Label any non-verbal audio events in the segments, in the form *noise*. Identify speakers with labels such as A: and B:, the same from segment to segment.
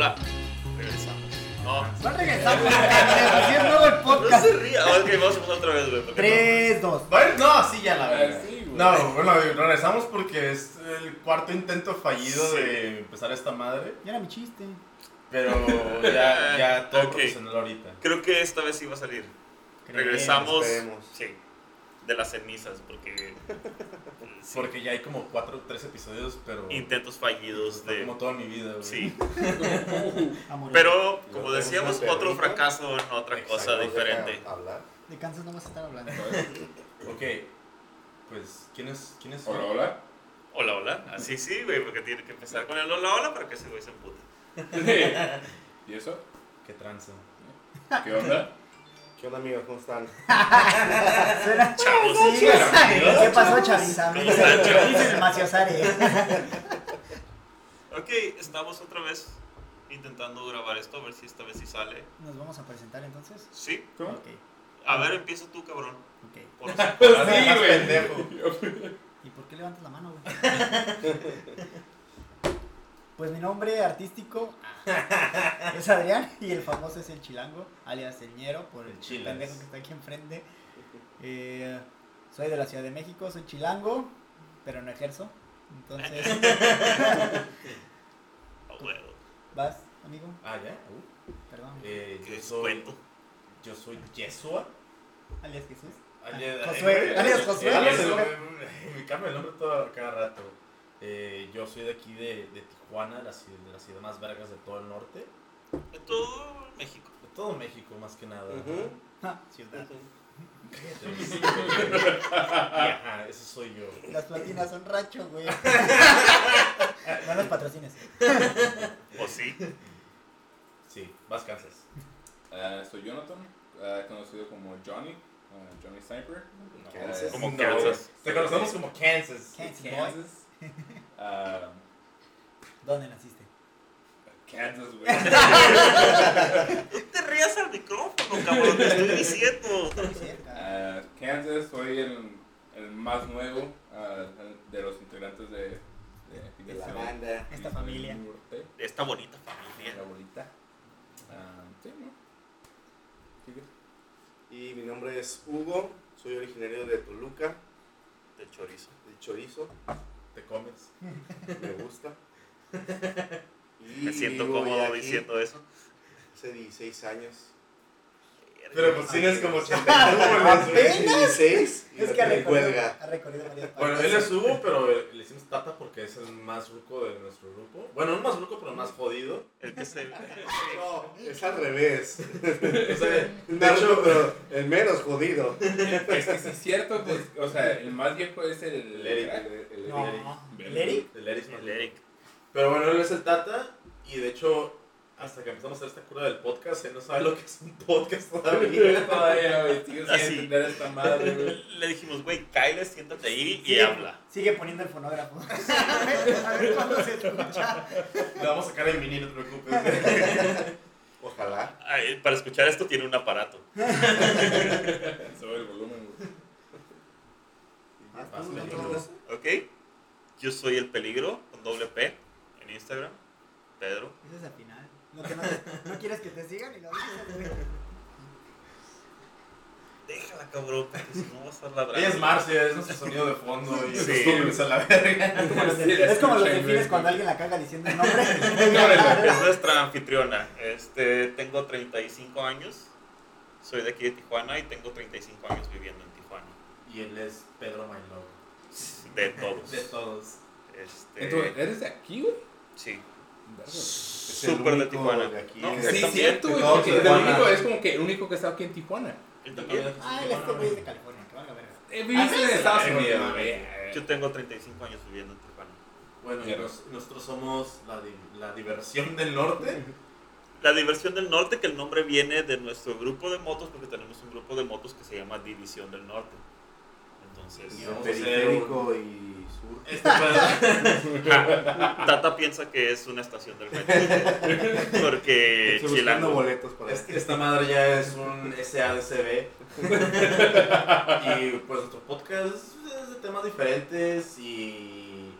A: Ah, Ok, vamos a pasar otra vez, güey. porque
B: 3, 2.
C: Bueno, No, sí, ya la
D: Ah,
C: verdad.
D: sí, güey.
C: No, bueno, regresamos porque es el cuarto intento fallido
A: Sí.
C: de empezar esta madre.
B: Ya era mi chiste.
C: Pero ya, ya todo
A: Ok.
C: profesional ahorita.
A: no- Creo que esta vez sí va a salir.
B: Creemos,
A: Regresamos.
E: esperemos.
A: Sí. De las cenizas, porque. sí,
C: Porque ya hay como cuatro o tres episodios, pero.
A: Intentos fallidos
C: fue
A: de.
C: Como toda mi vida, güey.
A: Sí.
B: A morir.
A: Pero, como
E: Luego
A: decíamos,
E: tenemos una
A: otro
E: perrita.
A: fracaso en otra
C: Exacto,
A: cosa
E: Nos deja
A: diferente.
E: Hablar.
B: De Kansas no vas a estar hablando.
C: Ok. Pues, ¿quién es? ¿Quién es?
D: Hola, hola.
A: Hola, hola. Así sí, güey, porque tiene que empezar con el hola, hola para que ese güey se empute.
D: ¿Y eso?
C: ¿Qué tranza?
D: ¿Qué onda?
E: ¿Qué onda, amigos? ¿Cómo están?
B: Será
A: Chavos, sí,
B: ¿Qué pasó, Chavis?
A: ¿Cómo están, chavos?
B: Dice el Maciosare.
A: Ok, estamos otra vez intentando grabar esto, a ver si esta vez sí sale.
B: Nos vamos a presentar entonces.
A: Sí.
B: Ok,
A: A ver, empieza tú, cabrón.
B: ok.
C: *laughs*
A: Por-
D: Pues
C: Ah,
D: sí,
C: más
D: güey.
C: pendejo.
B: ¿Y por qué levantas la mano, güey? Pues mi nombre *laughs* artístico es Adrián y el famoso es el chilango, alias el ñero, por el
C: El chilas.
B: pendejo que está aquí enfrente. Eh, soy de la Ciudad de México, soy chilango, pero no ejerzo. *laughs* Entonces,
A: a huevo.
B: vas, amigo,
C: Ah, ya. Uh.
B: perdón,
C: Eh,
A: Qué
C: yo soy.
A: descuento.
C: Yo soy Yeshua.
B: alias Jesús.
C: Alias-
B: Josué,
C: eh,
B: alias
C: eh,
B: Josué.
C: alias- eh, *laughs* Me cambia el nombre todo cada rato. Eh, yo soy de aquí de, de Tijuana, la ciudad, de la ciudad más vergas de todo el norte.
A: En todo México.
C: De todo México, más que nada.
E: Ujú.
B: *laughs* Ja, Ah, ciudad.
C: Sí, güey. Y, ajá, ese soy yo.
B: Las platinas son racho, *laughs* güey. No los patrocines.
A: ¿O sí?
C: Sí, vas Kansas.
D: Ah, soy Jonathan, ah, conocido como Johnny, ah, Johnny Sniper.
C: No,
E: Kansas.
A: Como
C: no.
A: Kansas.
C: Te conocemos como Kansas.
B: Kansas, boy.
D: Ah,
B: ¿Dónde naciste?
D: Kansas, güey.
A: Te rías al micrófono, cabrón, te estoy diciendo.
B: Muy cerca.
D: Ah, Kansas, soy el, el más nuevo ah, de los integrantes de, de,
E: De la banda.
B: Esta familia.
D: Norte,
A: Esta bonita
D: la
A: familia.
D: abuelita. Ah, sí, ¿no? Sigue.
E: Y mi nombre es Hugo. Soy originario de Toluca,
A: De chorizo.
E: de chorizo.
C: Te comes.
E: Me
A: *laughs*
E: gusta. Y
A: Me siento
E: vivo ya
A: cómodo
E: aquí
A: diciendo eso.
E: Hace
A: *laughs*
E: 16 años.
C: Pero pues tienes como
A: Ah,
C: 80
B: Apenas.
E: 16 y
B: Es
E: la
B: que ha
E: tele
B: recorrido,
E: cuelga.
B: ha recorrido varias partes.
C: *laughs* Bueno, él es Hugo, pero eh, le hicimos Tata porque es el más ruco de nuestro grupo. Bueno, no más ruco, pero más jodido.
A: El que se.
E: No, es al
A: *laughs*
E: revés.
C: O sea,
E: De hecho, pero el menos
A: *laughs*
E: jodido.
D: Es que si es cierto, pues, o sea, el más viejo es el,
C: el Eric.
D: crack.
C: el- el- el Eric.
B: No, ¿Leri?
C: El Eric es
A: El
C: más ruco.
A: Eric.
C: Pero bueno, él es el Tata y de hecho, hasta que empezamos a hacer esta cura del podcast, él no sabe lo que es un podcast *laughs* todavía.
D: Todavía, güey, sigo sin
A: Así.
D: entender esta
C: Ah,
D: madre, güey.
A: Le dijimos, güey, Kyle, siéntate ahí y
B: Sigue-
A: habla.
B: Sigue poniendo el fonógrafo. a ver, a ver cuándo se escucha.
C: Le vamos a sacar el mini, no te
A: *laughs*
C: preocupes.
E: Ojalá.
A: Ay, para escuchar esto tiene un aparato.
D: Sube el volumen, güey.
E: ¿Tú,
C: Vas,
E: tú,
C: Pedro.
E: tú?
A: ¿Ok? Yo soy el peligro con doble P en Instagram. Pedro.
B: Eso es al final. Lo que no, no quieres que te sigan y lo dices. güey.
A: Déjala, cabrón, porque si no vas a ladrar.
C: Ella es Marcia, es nuestro sonido de fondo y
A: Sí.
C: es a la verga.
A: *laughs*
B: Es como los,
D: Sí,
B: es como los
D: escuchen,
B: delfines
D: güey.
B: cuando alguien la caga diciendo el nombre.
A: *laughs* Es nuestra anfitriona. Este, tengo 35 años. Soy de aquí de Tijuana y tengo 35 años viviendo en Tijuana.
C: Y él es Pedro My
A: *laughs*
C: Love.
A: De todos.
C: De todos.
A: Este,
D: Entonces, ¿eres de aquí, güey?
A: sí.
E: eh, Es el
A: Súper de
E: único
A: Tijuana.
E: de aquí,
A: No,
E: de-
A: él
D: Sí,
A: también.
D: cierto, güey.
C: No,
D: porque
C: de
D: es el
C: Tijuana.
D: único, es como que el único que está aquí en Tijuana.
A: Él también.
B: Ah, él este güey es de California, que valga verga.
D: Eh, viviste en Estados
C: sí,
D: Unidos,
C: güey.
D: güey.
A: Yo tengo 35 años viviendo en Tijuana.
C: Bueno, y
D: Claro.
C: nos- nosotros somos la, di- la diversión del norte.
A: La diversión del norte, que el nombre viene de nuestro grupo de motos, porque tenemos un grupo de motos que se llama División del Norte. Entonces,
C: Y
E: de
C: vamos a hacer
E: Periférico y sur.
C: Este *laughs* pedo.
A: ja, *laughs* Tata piensa que es una estación del metro.
C: Eh,
A: Porque
E: Estoy buscando
A: Chilango.
E: boletos para
C: Este- esta madre ya es un
E: *laughs*
C: SADCB. y pues nuestro podcast es de temas diferentes y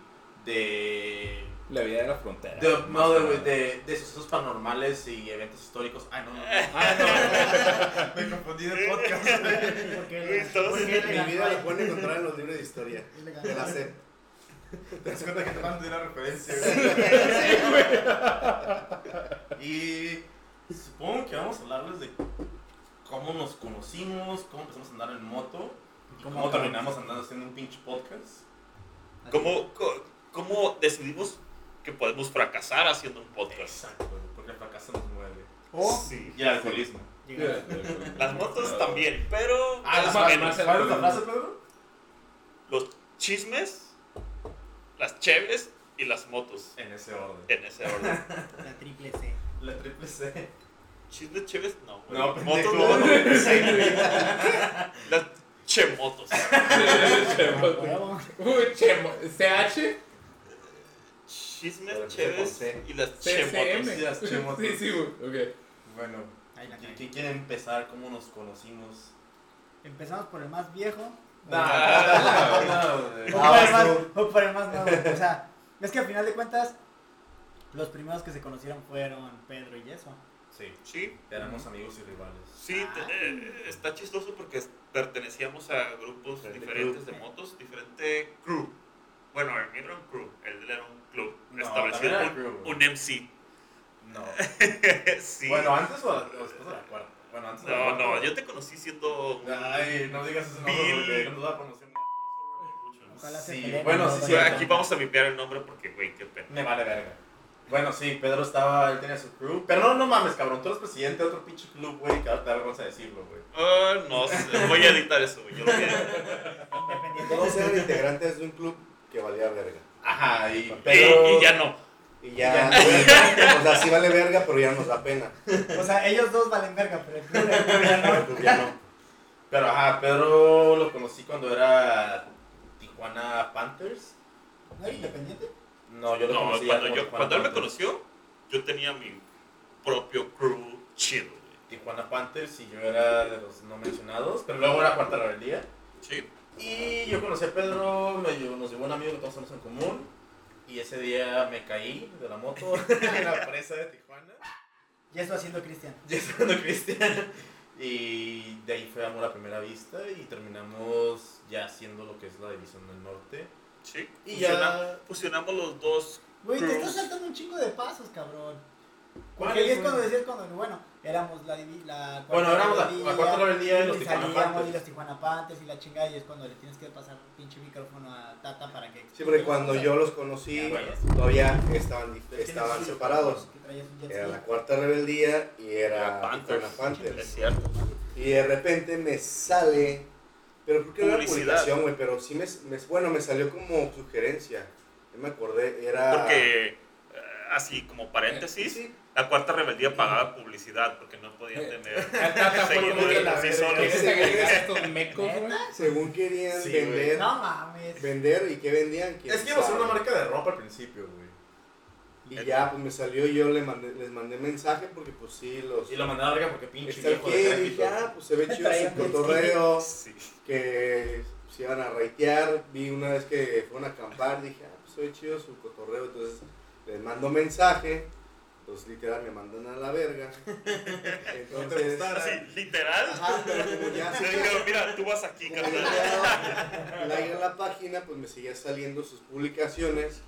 C: de
D: La vida de la frontera.
C: De,
D: Más
C: no, de,
D: que
C: güey,
D: nada.
C: de, de sucesos paranormales y eventos históricos. Ah, no, no.
E: Ah,
C: *laughs* Me confundí de
E: *laughs*
C: podcast.
B: Porque
A: Güey, estamos
B: porque
A: en
B: le
E: Mi
B: ganó
E: vida
B: a-
E: la pueden encontrar en los libros de historia.
B: él le ganó
E: De la
B: a-
E: C.
C: Te das cuenta que te mandan de una referencia, *laughs* Y supongo que vamos a hablarles de cómo nos conocimos, cómo empezamos a andar en moto y cómo,
B: ¿Cómo acabamos?
C: terminamos andando haciendo un pinche podcast.
B: Así.
A: ¿Cómo, co- cómo decidimos que podemos fracasar haciendo un podcast?
C: Exacto, porque el fracaso nos mueve.
B: O
A: Sí.
C: Y el alcoholismo.
B: llegar.
A: Las
D: *laughs*
A: motos también, pero
C: Ah,
A: más
C: las
A: o
C: más
A: menos.
C: menos. ¿Cuál es la frase, Pedro?
A: Los chismes, las cheves y las motos.
C: En ese orden.
A: En ese orden.
B: La triple C.
C: La triple C.
A: ¿Chismes cheves? No. güey.
C: No,
A: motos
C: pendejo.
A: no. Las chemotos.
B: Ah, Bravo.
D: Uy, chemo. CH.
A: Chismes
E: Pero
A: cheves
E: empecé con
A: y las chemotos.
D: CCM.
C: Sí, las chemotos.
D: Sí, sí, güey. Ok.
C: Bueno,
B: Ahí la
C: ¿qué,
B: cagué.
C: qué quiere empezar? ¿Cómo nos conocimos?
B: Empezamos por el más viejo.
C: Nah, Ah,
B: O *laughs*
C: no, güey.
B: por el más, o por el más nuevo. O sea, es que al final de cuentas, los primeros que se conocieron fueron Pedro y Yeso.
C: Sí,
A: Sí,
C: éramos amigos y rivales.
A: sí, te- eh, está chistoso porque pertenecíamos a grupos
E: Diferente
A: diferentes de motos, diferente crew. Bueno, el mío era un crew, el de él era un club
C: No,
A: establecido,
C: también era
A: un,
C: crew, güey.
A: un MC.
C: No.
A: *laughs* sí.
C: Bueno, ah, antes o, o después de la cuarta. Bueno, antes de la
A: no,
C: cuarta.
A: no, yo te conocí siendo...
C: Ay, no digas ese nombre
A: Bill.
C: porque no nos da promoción.
B: Ojalá se
C: Sí,
B: peleen,
C: bueno,
B: ¿no?
C: sí,
A: Güey,
C: sí,
A: aquí vamos a limpiar el nombre porque, güey, qué pena.
C: Me vale verga. Bueno, sí, Pedro estaba, él tenía su crew. Pero no, no mames, cabrón, tú eres presidente de otro pinche club, güey, que ahora te da vergüenza decirlo, güey.
A: Ah, no, sé, voy a editar eso, güey. Yo lo voy a
C: *laughs*
A: editar.
B: Independiente.
E: Todos eran integrantes de un club que valía verga.
C: Ajá, y
A: Y,
C: Pedro...
A: y ya no.
E: *laughs* Y ya, o sea, sí vale verga, pero ya nos da pena.
B: O sea, ellos dos valen verga, pero el club de-
E: El club ya no.
C: Pero ajá, Pedro lo conocí cuando era Tijuana Panthers.
B: ¿No era independiente?
C: No, yo lo
A: No,
C: conocí
A: cuando,
C: como
A: yo,
C: Tijuana
A: cuando él me
C: Panthers.
A: conoció, yo tenía mi propio crew chido, güey.
C: Tijuana Panthers y yo era de los no mencionados, pero luego era Cuarta Rebeldía.
A: Sí.
C: Y yo conocí a Pedro, me llevó- nos llevó un amigo que todos somos en común. Y ese día me caí de la moto *laughs* en la presa de Tijuana.
B: Yeso haciendo Cristian.
C: Ya estando Cristian. Y de ahí fue amor a primera vista y terminamos ya haciendo lo que es la división del norte.
A: Sí.
C: Y
A: Fusiona-
C: ya...
A: Fusionamos los dos.
B: Güey, te
A: Cruz.
B: estás saltando un chingo de pasos, cabrón.
C: ¿Cuál
B: Porque ahí es
C: es,
B: cuando
C: güey?
B: decías cuando, bueno, éramos la, divi- la
C: Bueno, éramos la,
B: rebeldía,
C: la cuarta rebeldía y los
B: y
C: Tijuana
B: salíamos y los
C: Panthers.
B: Tijuana Panthers y la chingada y es cuando le tienes que pasar un pinche micrófono a Tata para que...
E: Sí, porque cuando yo los conocí, todavía estaban, dif- estaban separados.
B: Que traías un jet
E: Era
B: ski.
E: la cuarta rebeldía y era
A: Era Panthers.
E: Tijuana Panthers.
A: Es cierto.
E: Y de repente me sale. Pero creo que no era
A: Publicidad.
E: publicación, güey. Pero sí me, me- Bueno, me salió como sugerencia. Yo me acordé, era.
A: Porque, eh, así como paréntesis,
E: Sí,
A: la cuarta rebeldía pagaba publicidad porque no podían tener.
E: *laughs*
D: Seguidores
A: por sí solos.
D: ¿Quieres agregar estos mecos, güey?
E: Según querían
C: Sí,
E: vender.
B: No mames.
E: Vender y qué vendían. quién
C: Es que iba a ser
E: sabe.
C: una marca de ropa al principio, güey.
E: Y ya, pues me salió y yo le mandé, les mandé mensaje porque, pues sí, los.
C: Y lo mandé a la verga porque pinche
E: Está el
C: viejo
E: que
C: de
E: dije, ah, pues se ve chido
B: Traía
E: su
B: un
E: cotorreo.
A: Sí.
E: Que se iban a raitear. Vi una vez que fueron a acampar. Dije, ah, pues se ve chido su cotorreo. Entonces les mando mensaje. Pues literal me mandan a
C: *laughs*
E: la verga.
C: No te
E: Entonces.
C: gustara.
A: Así, literal.
E: Ajá, pero como ya
A: Le
E: se
A: dijeron, mira, tú vas aquí,
E: como
A: carnal.
E: *laughs* ya like a la página, pues me seguía saliendo sus publicaciones.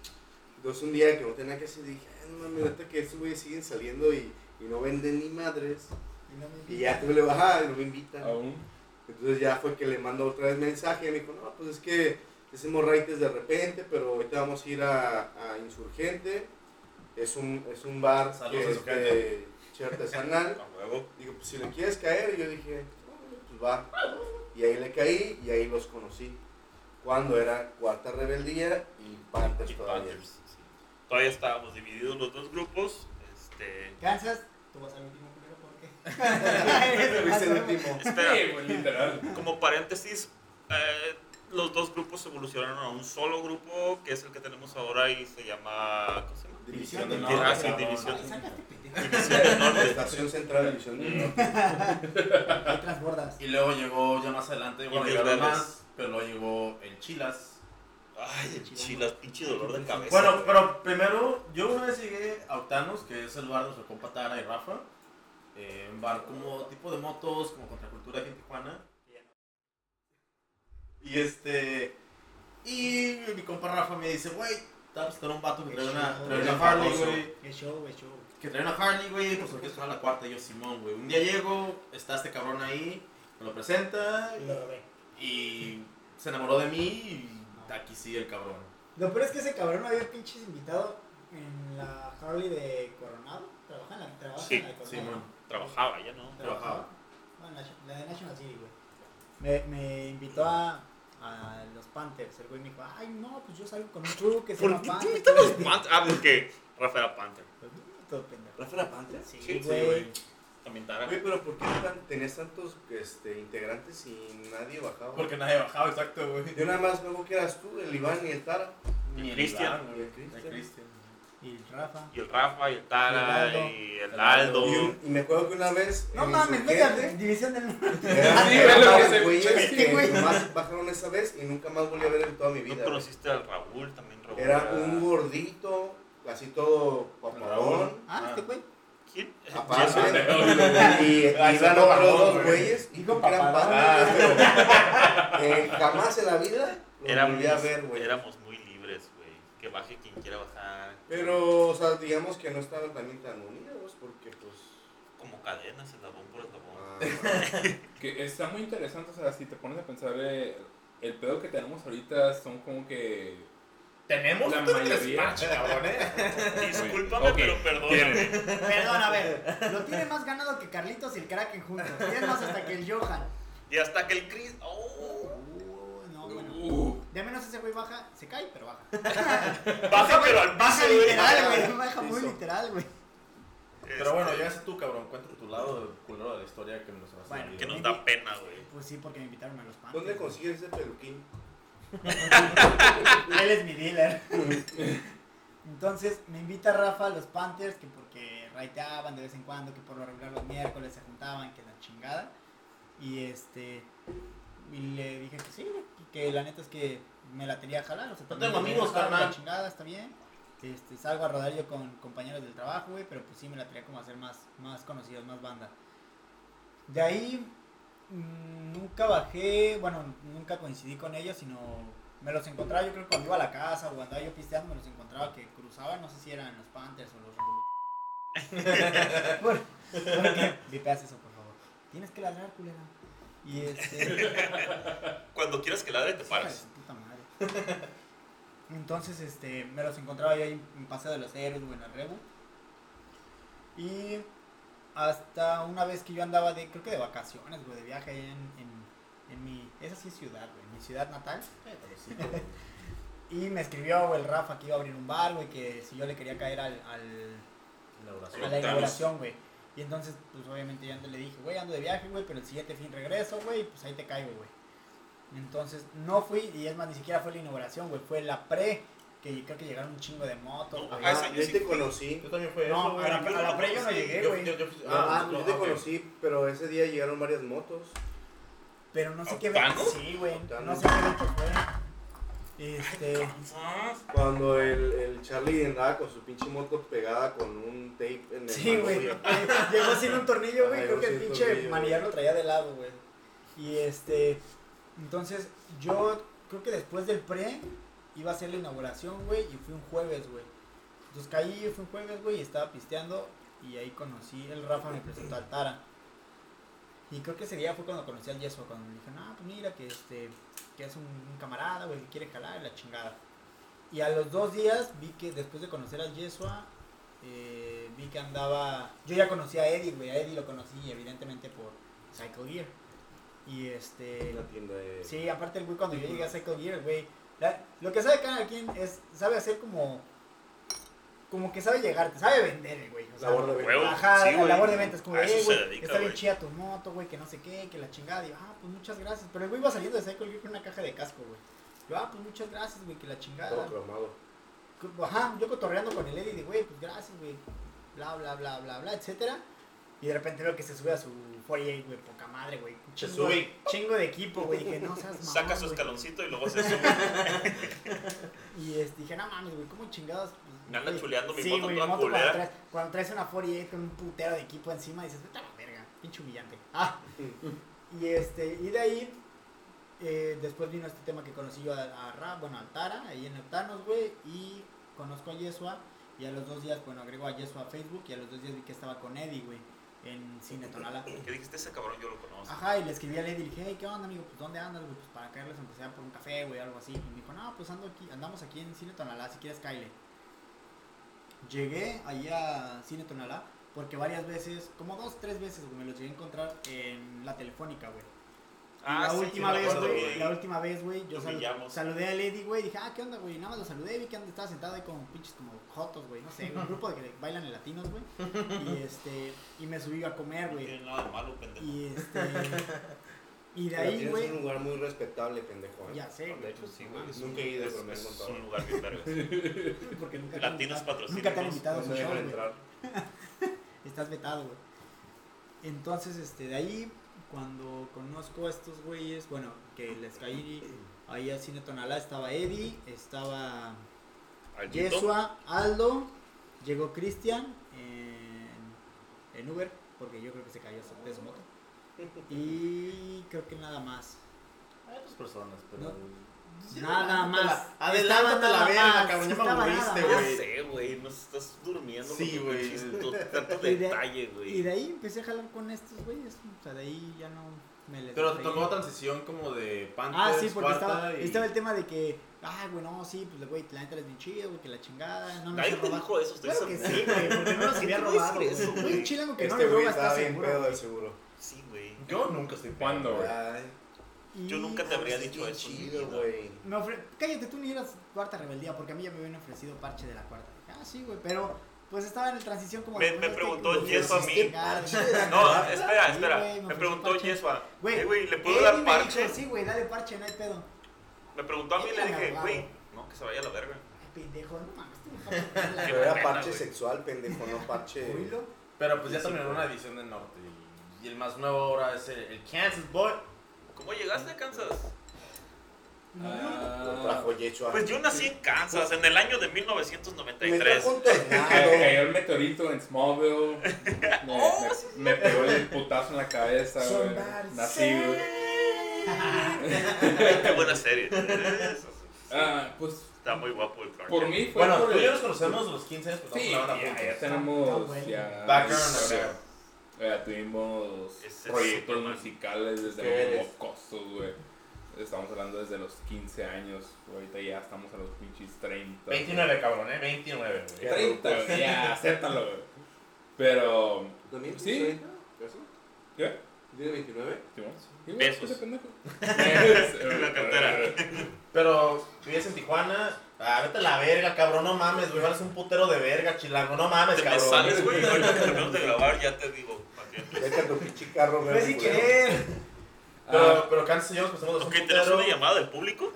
E: Entonces un día que no tenía que hacer, dije, ah, no mames, ahorita que estos güeyes siguen saliendo y, y no venden ni madres.
B: Y no me
E: Y
B: invitas.
E: ya tú le bajas, no me invitan.
D: Aún.
E: Entonces ya fue que le mando otra vez mensaje y me dijo, no, pues es que hacemos raites de repente, pero ahorita vamos a ir a, a Insurgente. Es un, es un bar
C: Saludos,
E: que es de che artesanal.
A: A huevo.
E: Digo, pues si le quieres caer, yo dije, "Órale, pues va. Y ahí le caí y ahí los conocí. Cuando era Cuarta Rebeldía y Panthers
A: Y
E: todavía.
A: Panthers, sí. Todavía estábamos divididos los dos grupos. Este.
B: Kansas, tú vas al último primero
E: *laughs* Pero
B: porque...
E: Fuiste el último.
A: Espera.
D: Sí, güey, literal.
A: Como paréntesis, eh, los dos grupos evolucionaron a un solo grupo, que es el que tenemos ahora y se llama... ¿Cómo se
E: *laughs*
A: llama?
E: División
B: del
E: del
A: Norte,
E: Norte.
A: sí, división.
B: Ay, sácate, pendejo.
A: División del Norte.
E: Estación Central de División del Norte.
B: Ahí transbordas.
C: Y luego llegó ya más adelante, bueno,
A: Indios
C: llegaron
A: Verdes.
C: más, pero luego llegó el Chilas.
A: Ay, el chilas, pinche dolor de cabeza.
C: Bueno,
A: güey.
C: pero primero, yo una vez llegué a Octanos, que es el bar donde se compa Tara y Rafa. eh, un bar como tipo de motos, como contracultura aquí en Tijuana. Y este. Y mi compa Rafa me dice, güey, estamos con un vato que trae una, trae una Harley, güey.
B: Es show, es show.
C: Que trae una Harley, güey, pues porque es para la cuarta. Y yo, Simón, güey. Un día llego, está este cabrón ahí, me lo presenta
B: Y lo ve.
C: y se enamoró de mí. Y aquí sí, el cabrón.
B: Lo peor es que ese cabrón había pinches invitado en la Harley de Coronado. Trabaja en la, trabaja
A: Sí,
B: en la de Coronado.
C: Simón.
A: Trabajaba ya, ¿no?
C: Trabajaba.
B: No, en la, la de National City, güey. Me, me invitó a, a los Panthers. El güey me dijo, ay, no, pues yo salgo con un crew que se
A: ¿Por
B: llama
A: qué te
B: Panthers.
A: invitan los Panthers? Ah, porque Rafa era Panther.
B: Pues, Todo pendejo.
E: ¿Rafa la Panther?
B: Sí,
A: Sí, sí,
B: güey.
A: También Tara.
E: Güey, pero ¿por qué tan- tenías tantos este, integrantes y nadie bajaba?
C: Porque nadie bajaba, exacto, güey.
E: Yo nada más me veo que eras tú, el Iván y el Tara.
A: Y Cristian.
E: Y el Cristian.
B: Y el Rafa.
A: Y el Rafa, y el Tara,
B: Y el Aldo.
A: y el
C: El
A: Aldo.
C: Aldo.
E: Y, un- y me acuerdo que una vez.
B: No
E: en
B: mames,
E: Insurgente,
B: güey, división del
E: Eran
D: Sí, es lo que
E: eran
D: se-
E: güeyes
B: es que,
E: que
B: güey.
E: nomás bajaron esa vez y nunca más volví a ver en toda mi
A: Tú
E: vida. güey.
A: conociste al Raúl, también Raúl.
E: Era un gordito, así todo paparón.
B: Ah, este güey.
A: ¿Quién?
E: Aparte,
A: Jason.
E: y, y
C: Ah, sí,
E: iban
C: todo
E: otros
C: barbón,
E: dos
C: güey.
E: güeyes y
B: Dijo
E: creo que eran
B: paparón.
E: panas, güey, pero eh, jamás en la vida los
A: éramos,
E: volví a ver, güey.
A: éramos muy libres, güey. Que baje quien quiera bajar.
E: Pero, o sea, digamos que no estaban también tan unidos porque, pues.
A: Como cadenas, eslabón por eslabón.
E: ah,
D: Que está muy interesante, o sea, si te pones a pensar, eh, el pedo que tenemos ahorita son como que...
C: Tenemos
D: La
C: un
D: mayoría.
C: despacho, cabrón, eh.
A: Discúlpame,
D: Ok.
A: pero perdóname.
B: Perdón, a ver. Lo tiene más ganado que Carlitos y el Kraken juntos. Tiene más hasta que el Johan.
A: Y hasta que el Chris. ¡Oh!
B: Uh, no, bueno.
D: Uh,
B: De menos ese güey baja, se cae, pero baja.
A: Baja, pero al
B: Baja
A: piso,
B: literal,
A: güey.
B: güey. Baja muy
E: Piso.
B: literal, güey.
C: Pero bueno,
A: Este,
C: ya sé tú, cabrón. Cuéntame tu lado culero de la historia que nos vas a
B: Bueno,
C: olvidar.
A: Que nos da pena, güey.
B: Pues sí, porque me invitaron a los Panthers.
E: ¿Dónde consigues ese peluquín?
B: *laughs* Él es mi dealer. Entonces me invita Rafa a los Panthers, que porque raiteaban de vez en cuando, que por lo regular los miércoles se juntaban, que la chingada. Y este. Y le dije que sí, que la neta es que me la tenía que jalar. O sea,
C: No
B: también
C: tengo
B: me
C: amigos,
B: dejaron la
C: carnal.
B: chingada, está bien. Este, salgo a rodar yo con compañeros del trabajo, güey, pero pues sí me la tenía como hacer más, más conocidos, más banda. De ahí mm, nunca bajé, bueno, nunca coincidí con ellos, sino me los encontraba yo creo que cuando iba a la casa o cuando andaba yo pisteando, me los encontraba que cruzaban, no sé si eran los Panthers o los Revoluc- *laughs* Por- porque- Vipeas eso, por favor. Tienes que ladrar, culera. Y este...
A: Cuando quieras que ladre, te
B: Hija de
A: paras.
B: su puta madre. *laughs* Entonces, este, me los encontraba yo ahí en Paseo de los Héroes, güey, en el Rebu. Y hasta una vez que yo andaba de, creo que de vacaciones, güey, de viaje ahí en, en, en mi, esa sí es ciudad, güey, en mi
A: *laughs*
B: ciudad natal. Y me escribió, güey, el Rafa que iba a abrir un bar, güey, que si yo le quería caer al- al,
A: Pero
B: a
C: Inauguración.
B: la
A: estamos-
B: inauguración, güey. Y entonces, pues obviamente yo le dije, güey, ando de viaje, güey, pero el siguiente fin regreso, güey, y pues ahí te caigo, güey. Entonces, no fui, y es más, ni siquiera fue la inauguración, güey, fue la pre, que creo que llegaron un chingo de motos, güey.
A: Ah,
E: Ah,
A: ese yo
E: yo
A: sí
E: te
A: fui.
E: conocí.
C: Yo también fue
B: No,
C: eso, güey.
B: a la- a la pre yo no llegué, güey.
C: Yo, yo, yo-
E: Ah,
C: no,
E: yo te
C: ok.
E: conocí, pero ese día llegaron varias motos.
B: Pero no sé qué
A: ¿Octano?
B: Sí, güey, no
E: ¿Octano?
B: sé qué evento fue. Este,
E: Pues,
A: Cansas.
E: Cuando el, el Charlie andaba con su pinche moto pegada con un tape en el
B: sí, güey,
E: manubrio.
B: llegó sin un tornillo, güey, creo
E: Ajá, llegó
B: que el
E: sin un
B: pinche
E: tornillo,
B: manillar
E: güey.
B: lo traía de lado, güey. Y este, entonces, yo creo que después del pre, iba a ser la inauguración, güey, y fue un jueves, güey. Entonces caí, fue un jueves, güey, y estaba pisteando y ahí conocí, el Rafa me presentó al Tara. Y creo que ese día fue cuando conocí al Yeso, cuando me dijeron, ah, pues mira, que este, que es un, un camarada, güey, que quiere jalar la chingada. Y a los dos días vi que después de conocer al Yesua, eh, vi que andaba. Yo ya conocí a Eddie, güey. A Eddie lo conocí, evidentemente, por Psycho Gear. Y este.
E: En la tienda de...
B: Sí, aparte el güey cuando yo llegué a Psycho Gear, güey. la- Lo que sabe cada quien es, sabe hacer como, como que sabe llegarte, sabe vender el güey. O sea,
E: Labor de venta.
A: Huevo,
B: Ajá,
A: sí,
B: la
A: güey.
B: labor de ventas, como,
A: A
B: eh,
A: eso se
B: güey,
A: dedica,
B: está bien
A: güey.
B: chida tu moto, güey, que no sé qué, que la chingada. Y yo, ah, pues muchas gracias. Pero el güey iba saliendo de Psycho Gear con una caja de casco, güey. Yo, ah, pues muchas gracias, güey, que la chingada.
E: Todo cromado.
B: Ajá, yo cotorreando con el Eddie de, güey, pues gracias, güey, bla, bla, bla, bla, bla, etcétera. Y de repente veo que se sube a su Oye, güey, poca madre, güey. un
C: Se
B: chingo-
C: sube y-
B: Chingo de equipo, güey. Dije, no seas mamón,
A: Saca su
B: güey.
A: escaloncito y luego
B: *laughs*
A: se sube.
B: Y este, dije, no mames, güey, ¿cómo chingados? Pues,
A: Me anda
B: Güey,
A: chuleando mi
B: sí,
A: moto
B: güey,
A: toda
B: moto cuando
A: culera.
B: traes, cuando traes una 48 con un putero de equipo encima, dices, vete a la verga, pinche humillante. Ah, y este, y de ahí, eh, después vino este tema que conocí yo a, a Ra, bueno, a Tara, ahí en Neptanos, güey, y conozco a Yeshua, y a los dos días, bueno, agrego a Yeshua a Facebook, y a los dos días vi que estaba con Eddie, güey, en Cine Tonala.
A: Que dijiste, ese cabrón yo lo conozco.
B: Ajá, y le escribí a Lady y dije, hey, ¿qué onda, amigo? Pues, ¿dónde andas, güey? Pues, para caerles, aunque sea por un café, güey, algo así. Y me dijo, no, pues, ando aquí, andamos aquí en Cine Tonalá, si quieres, caile. Llegué allí a Cine Tonalá, porque varias veces, como dos, tres veces, güey, me los llegué a encontrar en la telefónica, güey. Y la,
A: Ah, sí,
B: última
A: me
B: vez,
A: acuerdo
B: güey,
A: que-
B: la última vez, güey, yo
A: Lo
B: salu-
A: humillamos.
B: saludé a Lady, güey, dije, ah, ¿qué onda, güey? Nada más lo saludé, vi que and- estaba sentado ahí con pinches como jotos, güey, no sé, güey, un grupo de que bailan en latinos, güey. Y este, y me subí a comer,
A: No
B: güey.
A: tiene nada de malo, pendejo.
B: Y este, y de
E: Pero
B: ahí,
E: tienes un
B: güey,
E: lugar muy respetable, pendejo. ¿eh?
B: ya sé,
A: Ah, De
B: güey.
A: hecho, sí, güey. es
E: Nunca
A: un-
E: he ido,
A: es-
E: pero me han
A: es
E: contado.
A: un lugar bien
B: *laughs*
A: vergas.
B: Porque nunca te han
A: Latinos
B: invitado-
A: patrocinados.
B: Nunca te han invitado a
E: No
B: su
E: me
B: show,
E: dejan
B: güey.
E: entrar.
B: Estás vetado, güey. Entonces, este, de ahí, cuando conozco a estos güeyes, bueno, que les caí ahí a Cine Tonalá, estaba Eddie, estaba
A: Al Yito,
B: Yeshua, Aldo, llegó Cristian en, en Uber, porque yo creo que se cayó su- de su moto. Y creo que nada más.
C: Hay otras personas, pero.
B: No. Nada más.
C: Adelántate
B: Estaba
C: la
B: nada
C: verga,
B: más,
C: cabrón. Ya me
B: estaba
C: aburriste,
B: nada
A: Ya
B: más.
C: güey.
A: sé, güey. Nos estás durmiendo.
C: Sí,
A: con
C: güey.
A: pinches-
B: *laughs*
A: tu- Tanto
B: Y de-
A: detalle,
B: Y de
A: güey.
B: ahí empecé a jalar con estos güeyes. O sea, de ahí ya no me les.
C: Pero te
B: reí.
C: tocó transición como de
B: Ah,
C: Panthers,
B: sí, porque
C: cuarta
B: estaba,
C: y...
B: estaba el tema de que, ah, güey, no, sí, pues, güey, la neta es bien chida, güey, que la chingada, no nos
A: Nadie
B: han
A: te
B: robado.
A: dijo eso, estoy
B: Claro que sí,
A: seguro.
B: güey, porque
A: *laughs*
B: no nos
A: ¿Quién
B: había
A: te va a decir
B: robado, güey.
A: eso, güey?
B: Un chilango que no
E: Este
B: le
E: güey
B: roba
E: estaba
B: está
E: bien
B: seguro.
E: pedo
B: güey.
E: de seguro.
A: Sí, güey.
C: Yo nunca estoy
D: ¿Cuándo, güey?
E: Ay,
B: Y
A: Yo nunca te habría
E: es
A: dicho
E: bien
A: eso. en mi
E: chido,
A: vida.
E: güey.
B: me ofre- Cállate, tú ni eras cuarta rebeldía, porque a mí ya me habían ofrecido parche de la cuarta. Dije, ah, sí, güey, pero pues estaba en la transición como...
A: Me-
B: de,
A: me
B: pues, este es que
A: preguntó
B: los
A: Yeso a
B: dioses
A: mí.
B: te
E: *laughs*
B: cargan.
A: No, espera,
B: Sí, güey,
A: espera.
B: me
A: me
B: ofreció
A: preguntó
B: parche.
A: Yeshua,
B: Güey,
A: eh, güey, ¿le puedo
B: Eddie
A: dar
B: me
A: parche?
B: dijo, sí, güey, dale parche, no hay pedo.
A: Me preguntó a mí y le
B: Eddie
A: dije,
B: era
A: güey,
B: abogado.
A: no, que se vaya a la verga.
B: Ay, pendejo, no mames, *laughs* tú me estás la
E: Pero era
A: pena,
E: parche
A: güey.
E: sexual, pendejo, no parche.
B: Oílo.
C: Pero pues ya terminaron una edición del norte. Y, y el más nuevo ahora es el, el Kansas Boy.
A: ¿Cómo llegaste a Kansas?
B: No,
D: Ah,
E: Lo trajo Yechua.
A: Pues yo nací en Kansas en el año de
E: Me
A: 1993.
E: trajo un
D: Ca- Cayó
E: tornado.
D: el meteorito en
C: *laughs*
D: Smallville. Me, me- me pegó el putazo en la cabeza, güey.
B: Somebody
D: Nací, güey.
A: Qué buena serie. Eso sí.
D: Ah, pues
A: Está muy guapo el Clark.
D: por mí fue
C: Bueno,
D: por
C: tú y
D: el-
C: yo nos conocemos los 15 años, pero
D: Sí,
C: estamos hablando
D: ya,
C: juntos.
D: ya
B: Está
D: tenemos
B: bueno.
D: ya
C: Background,
D: o sea,
C: o
D: ya tuvimos
A: Ese es
D: proyectos
A: Superman.
D: musicales
C: ¿Qué
D: desde
C: eres?
D: los mocosos, güey. Estamos hablando desde los 15 años. Ahorita ya estamos a los pinches 30.
C: 29, cabrón, eh. 29, güey.
D: 30, güey,
C: *laughs*
D: ya, acéptalo, güey. Pero.
E: ¿También?
D: Sí.
E: ¿Eso?
D: ¿Qué?
E: ¿Tiene 29?
D: ¿Timón? ¿Qué, güey?
A: Besos. *laughs*
D: Ese pendejo.
A: En la cartera.
C: Pero vivías en Tijuana. Ah, vete a la verga, cabrón. No mames, güey. Vales un putero de verga, chilango. No mames,
A: Te me
C: cabrón.
A: sales, güey. y Ahorita que terminamos de grabar, ya te digo. ¿pa' qué?
E: Vete a tu pinche carro,
B: Fue sin
E: culero.
B: querer.
D: *laughs* Ah,
C: Pero, pero Kansas y yo nos conocemos los
A: Ok,
C: un
A: ¿tenemos una
C: putero.
A: llamada del público?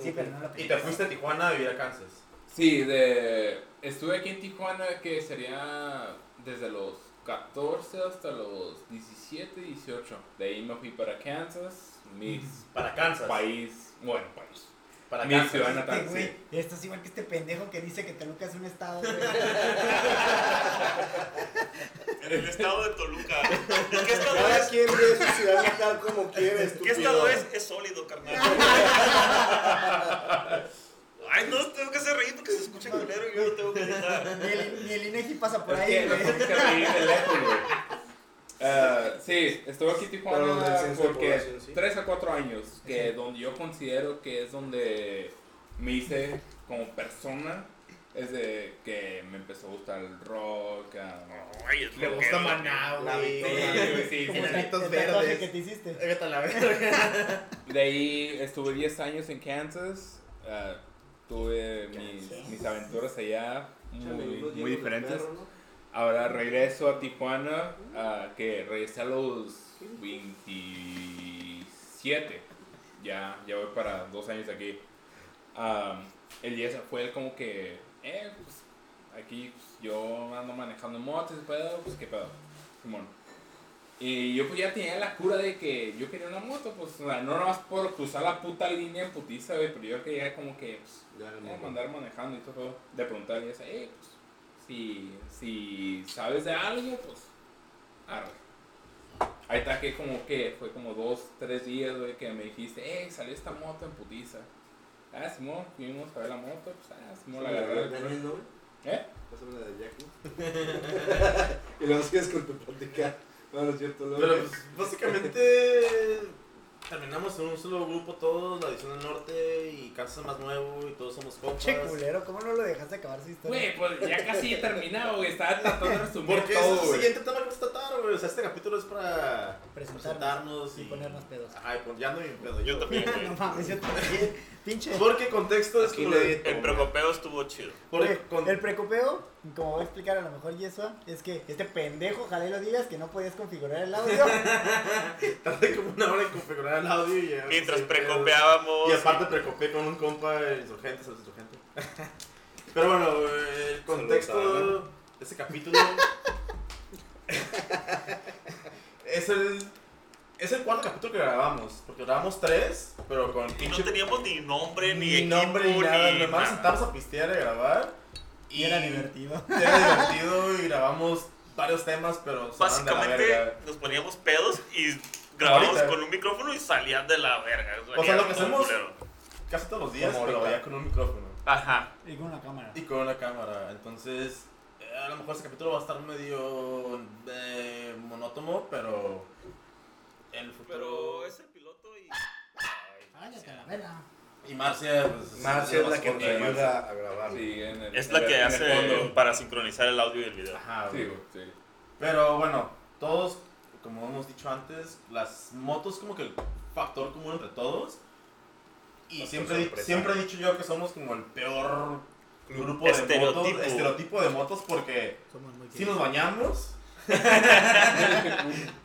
B: Sí, pero no la
C: Y te fuiste a Tijuana a vivir a Kansas.
D: Sí, de... estuve aquí en Tijuana que sería desde los 14 hasta los 17, 18. De ahí me fui para Kansas, mi
C: Para Kansas.
D: país, bueno, país.
C: Para
D: mi
C: Kansas.
D: ciudad
B: Este,
D: natal, sí.
B: güey, esto es igual que este pendejo que dice que Toluca es un estado. güey.
A: En el estado de Toluca. ¿Qué estado
E: Cada
A: es?
E: quien ve su ciudad natal como quiere, estúpido.
A: ¿Qué estado *laughs* es? Es sólido, carnal. Ay, no, tengo que hacer reír porque se escucha culero y yo no tengo que editar.
B: Ni el, ni el Inegi pasa por
D: Es
B: ahí.
D: que nos
B: güey.
D: tenemos que reír de lejos, güey. Ah, sí, estuve aquí en
E: Pero donde el
D: Tijuana
E: censo de
D: porque
E: población, sí.
D: 3 a 4 años, que
B: Sí.
D: donde yo considero que es donde me hice como persona, es de que me empezó a gustar el rock, ah,
A: Ay, es
C: Le
A: lo
C: gusta
A: que-
C: Maná,
E: La
C: güey.
D: victoria. Sí, güey, sí,
B: Como
D: sí.
B: el
C: Enanitos
B: el tatuaje
C: verdes.
B: que te hiciste.
C: Vete a la verga.
D: *laughs* De ahí estuve 10 años en Kansas. ah, tuve mis,
B: Kansas.
D: mis aventuras allá muy, muy diferentes.
E: Perro, ¿no?
D: Ahora regreso a Tijuana, ah, que regresé a los 27. Ya, ya voy para dos años aquí. Ah, el 10 fue el como que, eh, pues aquí pues, yo ando manejando motos, pedo, pues qué pedo. Simón. Y yo pues ya tenía la cura de que yo quería una moto, pues o sea, no nomás por cruzar la puta línea en putiza, güey, pero yo quería como que, pues,
E: Ya, no,
D: eh,
E: no.
D: mandar manejando y todo, de preguntar y esa, eh, pues, si, si sabes de algo, pues, arre. Ahí está que como que fue como dos, tres días, güey, que me dijiste, eh, salió esta moto en putiza. Ah, Simón, fuimos a ver la moto, pues, ah, Simón la
E: Pásame la
D: agarré.
E: de Daniel, ¿no, güey?
D: ¿Eh?
E: Pásame la de Jack, ¿no? *laughs* y luego sigues con tu plática. No, no es cierto, luego.
C: Pero pues, básicamente terminamos en un solo grupo todos, la edición del norte y Kansas más nuevo y todos somos copas.
B: Che culero, ¿cómo no lo dejaste acabar su historia?
D: Güey, pues ya casi he terminado, güey, estaba tratando de resumir
C: Porque ese es
D: todo,
C: el
D: güey.
C: siguiente tema que vamos a tratar, güey. O sea, este capítulo es para
B: Presentarnos
C: presentarnos
B: y
C: y,
B: ponernos pedos.
C: Ajá, y pon- ya ando bien pedo.
A: Yo también,
B: *laughs* no
A: güey.
B: mames, yo también. Pinche.
C: Porque contexto es
E: Aquí
C: como
E: nadie
C: de-
A: El precopeo estuvo chido.
C: Porque
B: Güey,
C: con-
B: El precopeo, como voy a explicar a lo mejor Yesua, es que este pendejo, ojalá y lo digas, que no podías configurar el
C: *laughs*
B: audio.
C: tardé como una hora en configurar el audio y llegamos
A: Mientras
C: sin pedos.
A: precopeábamos.
C: Y aparte preocupé con un compa el insurgente, el insurgente. *laughs* Pero bueno, eh, el
E: Saludos,
C: contexto de este capítulo *laughs* es el es el cuarto capítulo que grabamos, porque grabamos tres, pero con
A: Y no teníamos ni nombre, ni,
C: ni
A: equipo,
C: nombre ni nada,
A: ni
C: nomás
A: nada.
C: sentamos a pistear y a grabar
B: Y era divertido.
C: *laughs* Era divertido y grabamos varios temas, pero se van de la verga.
A: Básicamente nos poníamos pedos y grabábamos
C: Ahorita.
A: con un micrófono y salían de la verga.
C: O sea, lo que
A: Todo
C: hacemos-
A: culero.
C: casi todos los días,
E: Como
C: pero
E: ahorita.
C: ya con un micrófono.
A: Ajá.
B: Y con una cámara.
C: Y con una cámara, entonces eh, a lo mejor este capítulo va a estar medio eh, monótono, pero en el futuro...
A: Pero es el piloto y.
B: Cállate a la verga.
C: Y Marcia, pues...
E: Marcia es la que
C: mascota
E: te
C: de Marcia.
E: ayuda a
C: *laughs*
E: grabar.
D: Sí, en el-
A: Es
D: en
A: la
D: el-
A: que
D: en el
A: hace
D: fondo.
A: para sincronizar el audio y el video.
C: Ajá,
D: Sí,
C: güey.
D: güey,
C: *laughs*
D: sí.
C: Pero bueno, todos, como hemos dicho antes, las motos como que el factor común entre todos. Y
E: Factor
C: siempre,
E: sorpresa.
C: siempre he dicho yo que somos como el peor grupo de
A: Estereotipo.
C: motos, estereotipo de motos porque
B: Somos muy
C: si nos bañamos,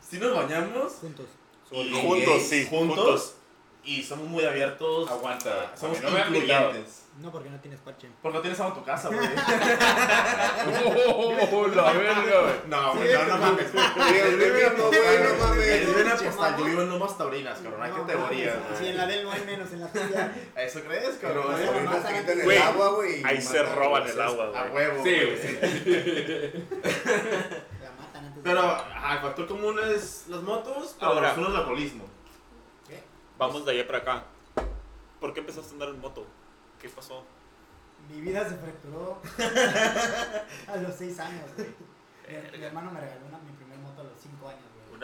C: si nos bañamos,
B: Juntos.
C: Y-
A: Juntos, sí,
C: Juntos.
A: juntos.
C: Y somos muy abiertos.
D: Aguanta, güey.
C: Somos
D: No me ha aplicado.
C: incluyentes.
B: No, porque no tienes parche.
C: Porque no tienes agua en tu casa, güey.
D: *laughs* ¡Oh, la verga, güey!
C: no, güey, no, no mames.
E: Dios mío, no, güey, no mames.
C: El Viven
B: Pinche
C: hasta
B: mamá.
C: yo vivo en Lomas Taurinas, cabrón. Hay
B: No,
C: categorías,
B: mames, Si en la
C: güey.
B: del no hay menos, en la tuya.
C: *laughs* ¿A eso crees,
E: Pero
C: cabrón?
E: las
B: Güey,
E: abuelas te quitan el
A: Güey,
E: agua, güey. y
A: Ahí se
E: matan a
A: roban
E: los
A: el agua,
C: A
A: güey.
C: huevo,
D: Sí,
C: güey.
D: güey, sí.
B: La matan antes de-
C: Pero ajá, el factor común es las motos, pero
A: Ahora.
C: los unos el alcoholismo.
A: Vamos de allá para acá. ¿Por qué empezaste a andar en moto? ¿Qué pasó?
B: Mi vida se fracturó a los 6 años, güey. Mi- Mi,
A: Verga.
B: hermano me regaló una, mi primer moto a los 5 años, güey.
A: Eh,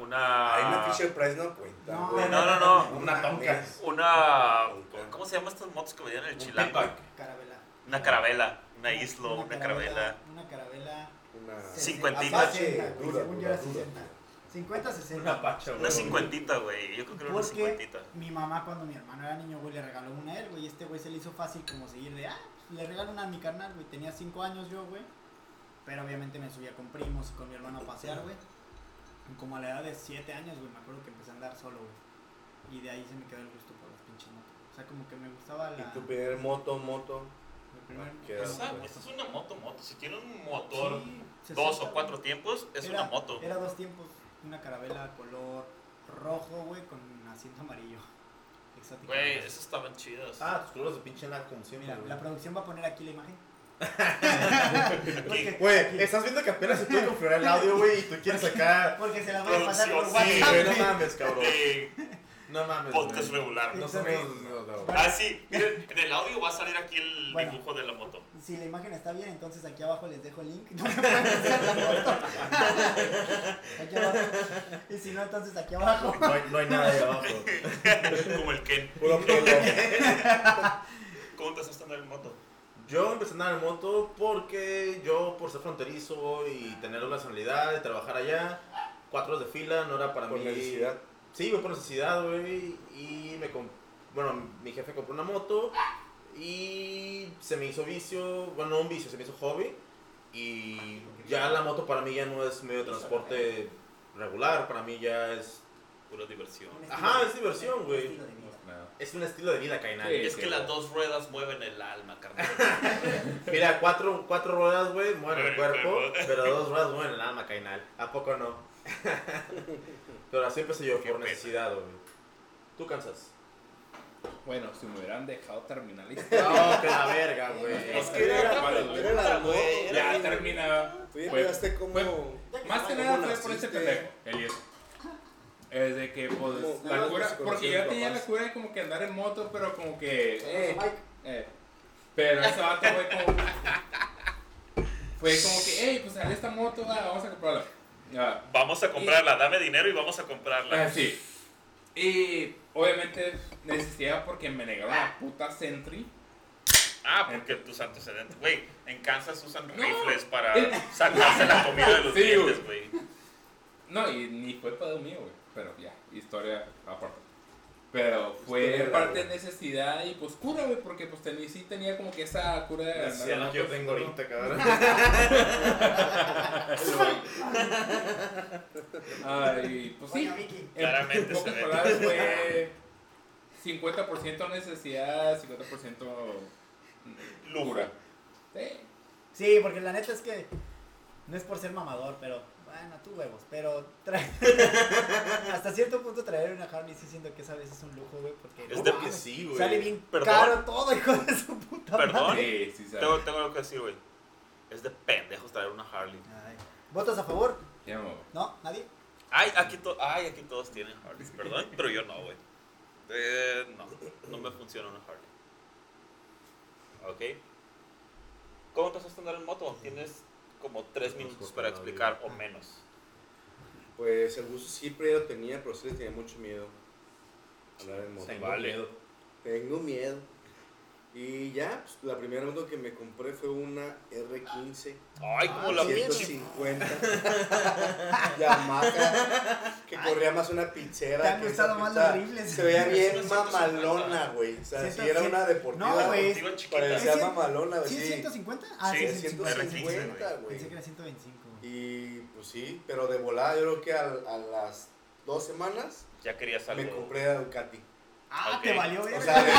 A: Una.
E: Ahí una
A: Una.
E: Fisher Price no cuenta.
B: No,
E: güey.
A: No, no, no.
C: Una tonca.
A: Una. ¿Cómo se llaman estas motos que venían en el Chilango?
C: pipa.
B: Carabela.
A: Una carabela, una isla, una carabela.
B: Una carabela.
E: Una-
A: Sí. Cincuentita.
E: Apache,
B: 60, güey,
E: Ah. dura,
B: según yo
E: dura,
B: era
E: dura.
B: 60. 50, 60.
C: Una pacha, güey.
A: Una cincuentita, güey. Yo creo que era una
B: Porque
A: cincuentita.
B: mi mamá cuando mi hermano era niño, güey, le regaló una a él, güey. y Este güey se le hizo fácil como seguir de, ah, pues, le regalo una a mi carnal, güey. Tenía cinco años yo, güey. Pero obviamente me subía con primos y con mi hermano a pasear, güey. Y Como a la edad de siete años, güey, me acuerdo que empecé a andar solo, güey. Y de ahí se me quedó el gusto por las pinches motos. O sea, como que me gustaba la...
E: Y tu primer moto, moto.
B: mi primer-
E: Ah, qué
A: Esa,
E: asco.
A: esa es una moto, moto. Si tiene un motor
B: Sí, 60,
A: dos o
B: güey.
A: cuatro tiempos, es
B: Era-
A: una moto.
B: Era dos tiempos, una carabela color rojo, güey, con asiento amarillo. Exótico.
A: Güey, esas estaban chidas.
C: Ah, tus colores de pinche naco, como siempre.
B: Mira,
C: güey.
B: la producción va a poner aquí la imagen.
A: Aquí.
B: porque,
C: Güey, estás viendo que apenas se puede configurar el audio, güey, y tú quieres sacar.
B: porque se la voy a pasar por
A: Producción, sí,
B: *laughs*
C: Sí,
B: WhatsApp.
C: güey, no mames, cabrón.
A: De
C: No mames.
A: podcast
C: güey.
A: regular.
C: No se me. no, no, güey.
A: Ah, sí, miren, en el audio va a salir aquí el
B: Bueno.
A: dibujo de la moto. *laughs*
B: Si la imagen está bien, entonces aquí abajo les dejo el link. *laughs* No me pueden hacer la foto. Aquí abajo. Y si no, entonces aquí abajo.
C: No hay, no hay nada ahí abajo.
A: Como el Ken.
C: *laughs*
E: Puro pelo.
A: ¿Cómo empezaste a andar en moto?
C: Yo empecé a andar en moto porque yo, por ser fronterizo y tener la nacionalidad de trabajar allá, cuatro horas de fila no era para
E: Por
C: mí.
E: necesidad.
C: Sí, güey, por necesidad, güey. Y me comp- Bueno, mi jefe compró una moto y se me hizo vicio. Bueno, no un vicio, se me hizo hobby. Y ya la moto para mí ya no es medio de transporte regular, para mí ya es.
A: Pura diversión.
C: Ajá, es diversión, güey.
B: Estilo de vida.
D: No.
C: Es un estilo de vida, Kainan.
D: Sí.
A: Es que las dos ruedas mueven el alma, carnal.
C: Mira, cuatro, cuatro ruedas, güey, mueven el
A: Mueven
D: *laughs*
C: cuerpo,
A: el cuerpo.
C: pero dos ruedas mueven el alma, Cainal. ¿A poco no? Pero así empecé yo,
A: Qué
C: por
A: pena.
C: necesidad, güey. Tú cansas.
D: Bueno, si me hubieran dejado *laughs* terminar la
C: No,
D: historia.
C: que la verga, güey.
A: Es que era otra
D: Para-
E: era la
A: güey, era
D: Ya
A: bien-
D: terminaba.
E: Tú ya
D: Fue-
E: quedaste como.
D: Más que
E: ¿Cómo
D: nada fue por
E: naciste?
D: ese pendejo, Elías. Es de que, pues,
E: ¿Cómo-
D: la
E: cómo
D: cura.
E: se
D: Porque
E: conocieron
D: yo tenía la
E: papás?
D: cura de como que andar en moto, pero como que. eh,
E: Saludos a Mike.
D: Eh, pero ese vato fue como. Fue como que, hey, pues sale esta moto, ah, vamos a comprarla. Ah,
A: Vamos a comprarla, dame dinero y vamos a comprarla.
D: ah, sí. Y obviamente necesitaba porque me negaron la puta Sentry.
A: Ah, porque tus antecedentes. Güey, en Kansas usan
D: No.
A: rifles
B: *laughs*
A: para
D: Eh.
A: sacarse la comida de los
D: Sí, güey.
A: dientes, güey.
D: No, y ni fue pedo mío, güey. Pero ya, historia aparte. Pero
E: Historia
D: fue
E: de la
D: parte de
E: vida.
D: necesidad y pues cura, güey, porque pues tenía, sí tenía como que esa cura de andar en
C: Necesidad que
D: moto,
C: yo tengo
D: pero-
C: ahorita, cabrón.
D: Ay, pues sí.
B: Oye, Vicky.
A: Claramente
D: en pocas
A: se ve.
D: palabras fue 50% necesidad, 50%
A: Lujo.
D: locura. Sí.
B: Sí, porque la neta es que no es por ser mamador, pero bueno, tú huevos, pero tra- *laughs* hasta cierto punto traer una Harley sí siento que esa vez es un lujo, güey, porque
A: Es
B: no
A: de
B: mames,
C: que sí, güey.
B: sale bien
A: Perdón.
B: caro todo, hijo de su puta
A: Perdón.
B: madre.
D: Sí, sí, sabe.
A: Tengo, tengo algo que decir, güey. Es de pendejos traer una Harley.
B: Ay. ¿Votas a favor?
D: Ya me voy.
B: ¿No? ¿Nadie?
A: Ay, aquí, to- ay, aquí todos tienen Harley, perdón, pero yo no, güey. Eh, no, no me funciona una Harley. ¿Ok? ¿Cómo te has andar en moto? Tienes como tres minutos para explicar o menos.
E: Pues el gusto siempre lo tenía, pero sí le tenía mucho miedo. Hablar en moto.
A: Tengo Vale. miedo.
E: Tengo miedo. Y ya, pues, la primera moto que me compré fue una R15
A: Ay, como
B: Ah,
A: la
B: sí,
A: pinche. *laughs*
E: 150 Yamaha que corría más una pichera.
B: Te han
E: que
B: gustado
E: una
B: más
E: pizza.
B: los rifles.
E: Se veía bien
A: Es una 150.
E: mamalona, güey. O sea, si
B: Siento-
E: era
B: sí.
E: una deportiva.
B: No, güey.
A: Digo, chiquita.
E: Parecía
B: Es cien-
E: mamalona, güey.
B: ¿Sí,
E: Sí,
B: 150? Ah,
A: Sí,
B: sí,
E: Es
B: 150.
E: 150,
B: Pensé que
E: güey.
B: era 125. güey.
E: Y pues sí, pero de volada, yo creo que a, a las dos semanas
A: Ya querías
E: me
A: algo.
E: compré la Ducati.
B: Ah,
A: ok.
B: te valió
E: O
B: verga.
E: sea, de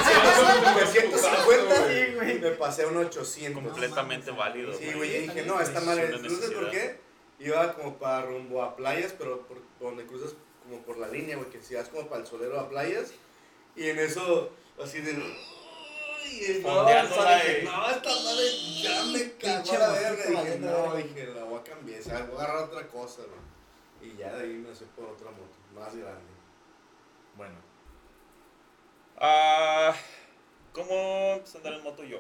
E: 150
B: Sí, güey.
E: y me pasé a un 800.
A: Completamente
B: No,
A: válido,
E: Sí,
A: güey.
E: güey, yo dije, no, esta
A: Es
E: madre,
A: una
E: no sé por
A: necesidad.
E: qué, iba como para rumbo a playas, pero por donde cruzas como por la línea, güey, que si vas como para el solero a playas, y en eso, así de... Y no, o sea,
A: Fondeándola,
E: dije,
A: eh.
E: no, esta madre ya me cagó
B: Pinche
E: la verga,
B: mosquito
E: dije,
B: valiendo
E: no,
B: verga.
E: dije, la voy a cambiar, o sea, voy a agarrar otra cosa, güey. Y ya de ahí me fui por otra moto, más grande.
C: Bueno,
A: Ah, ¿Cómo empecé a andar en moto yo?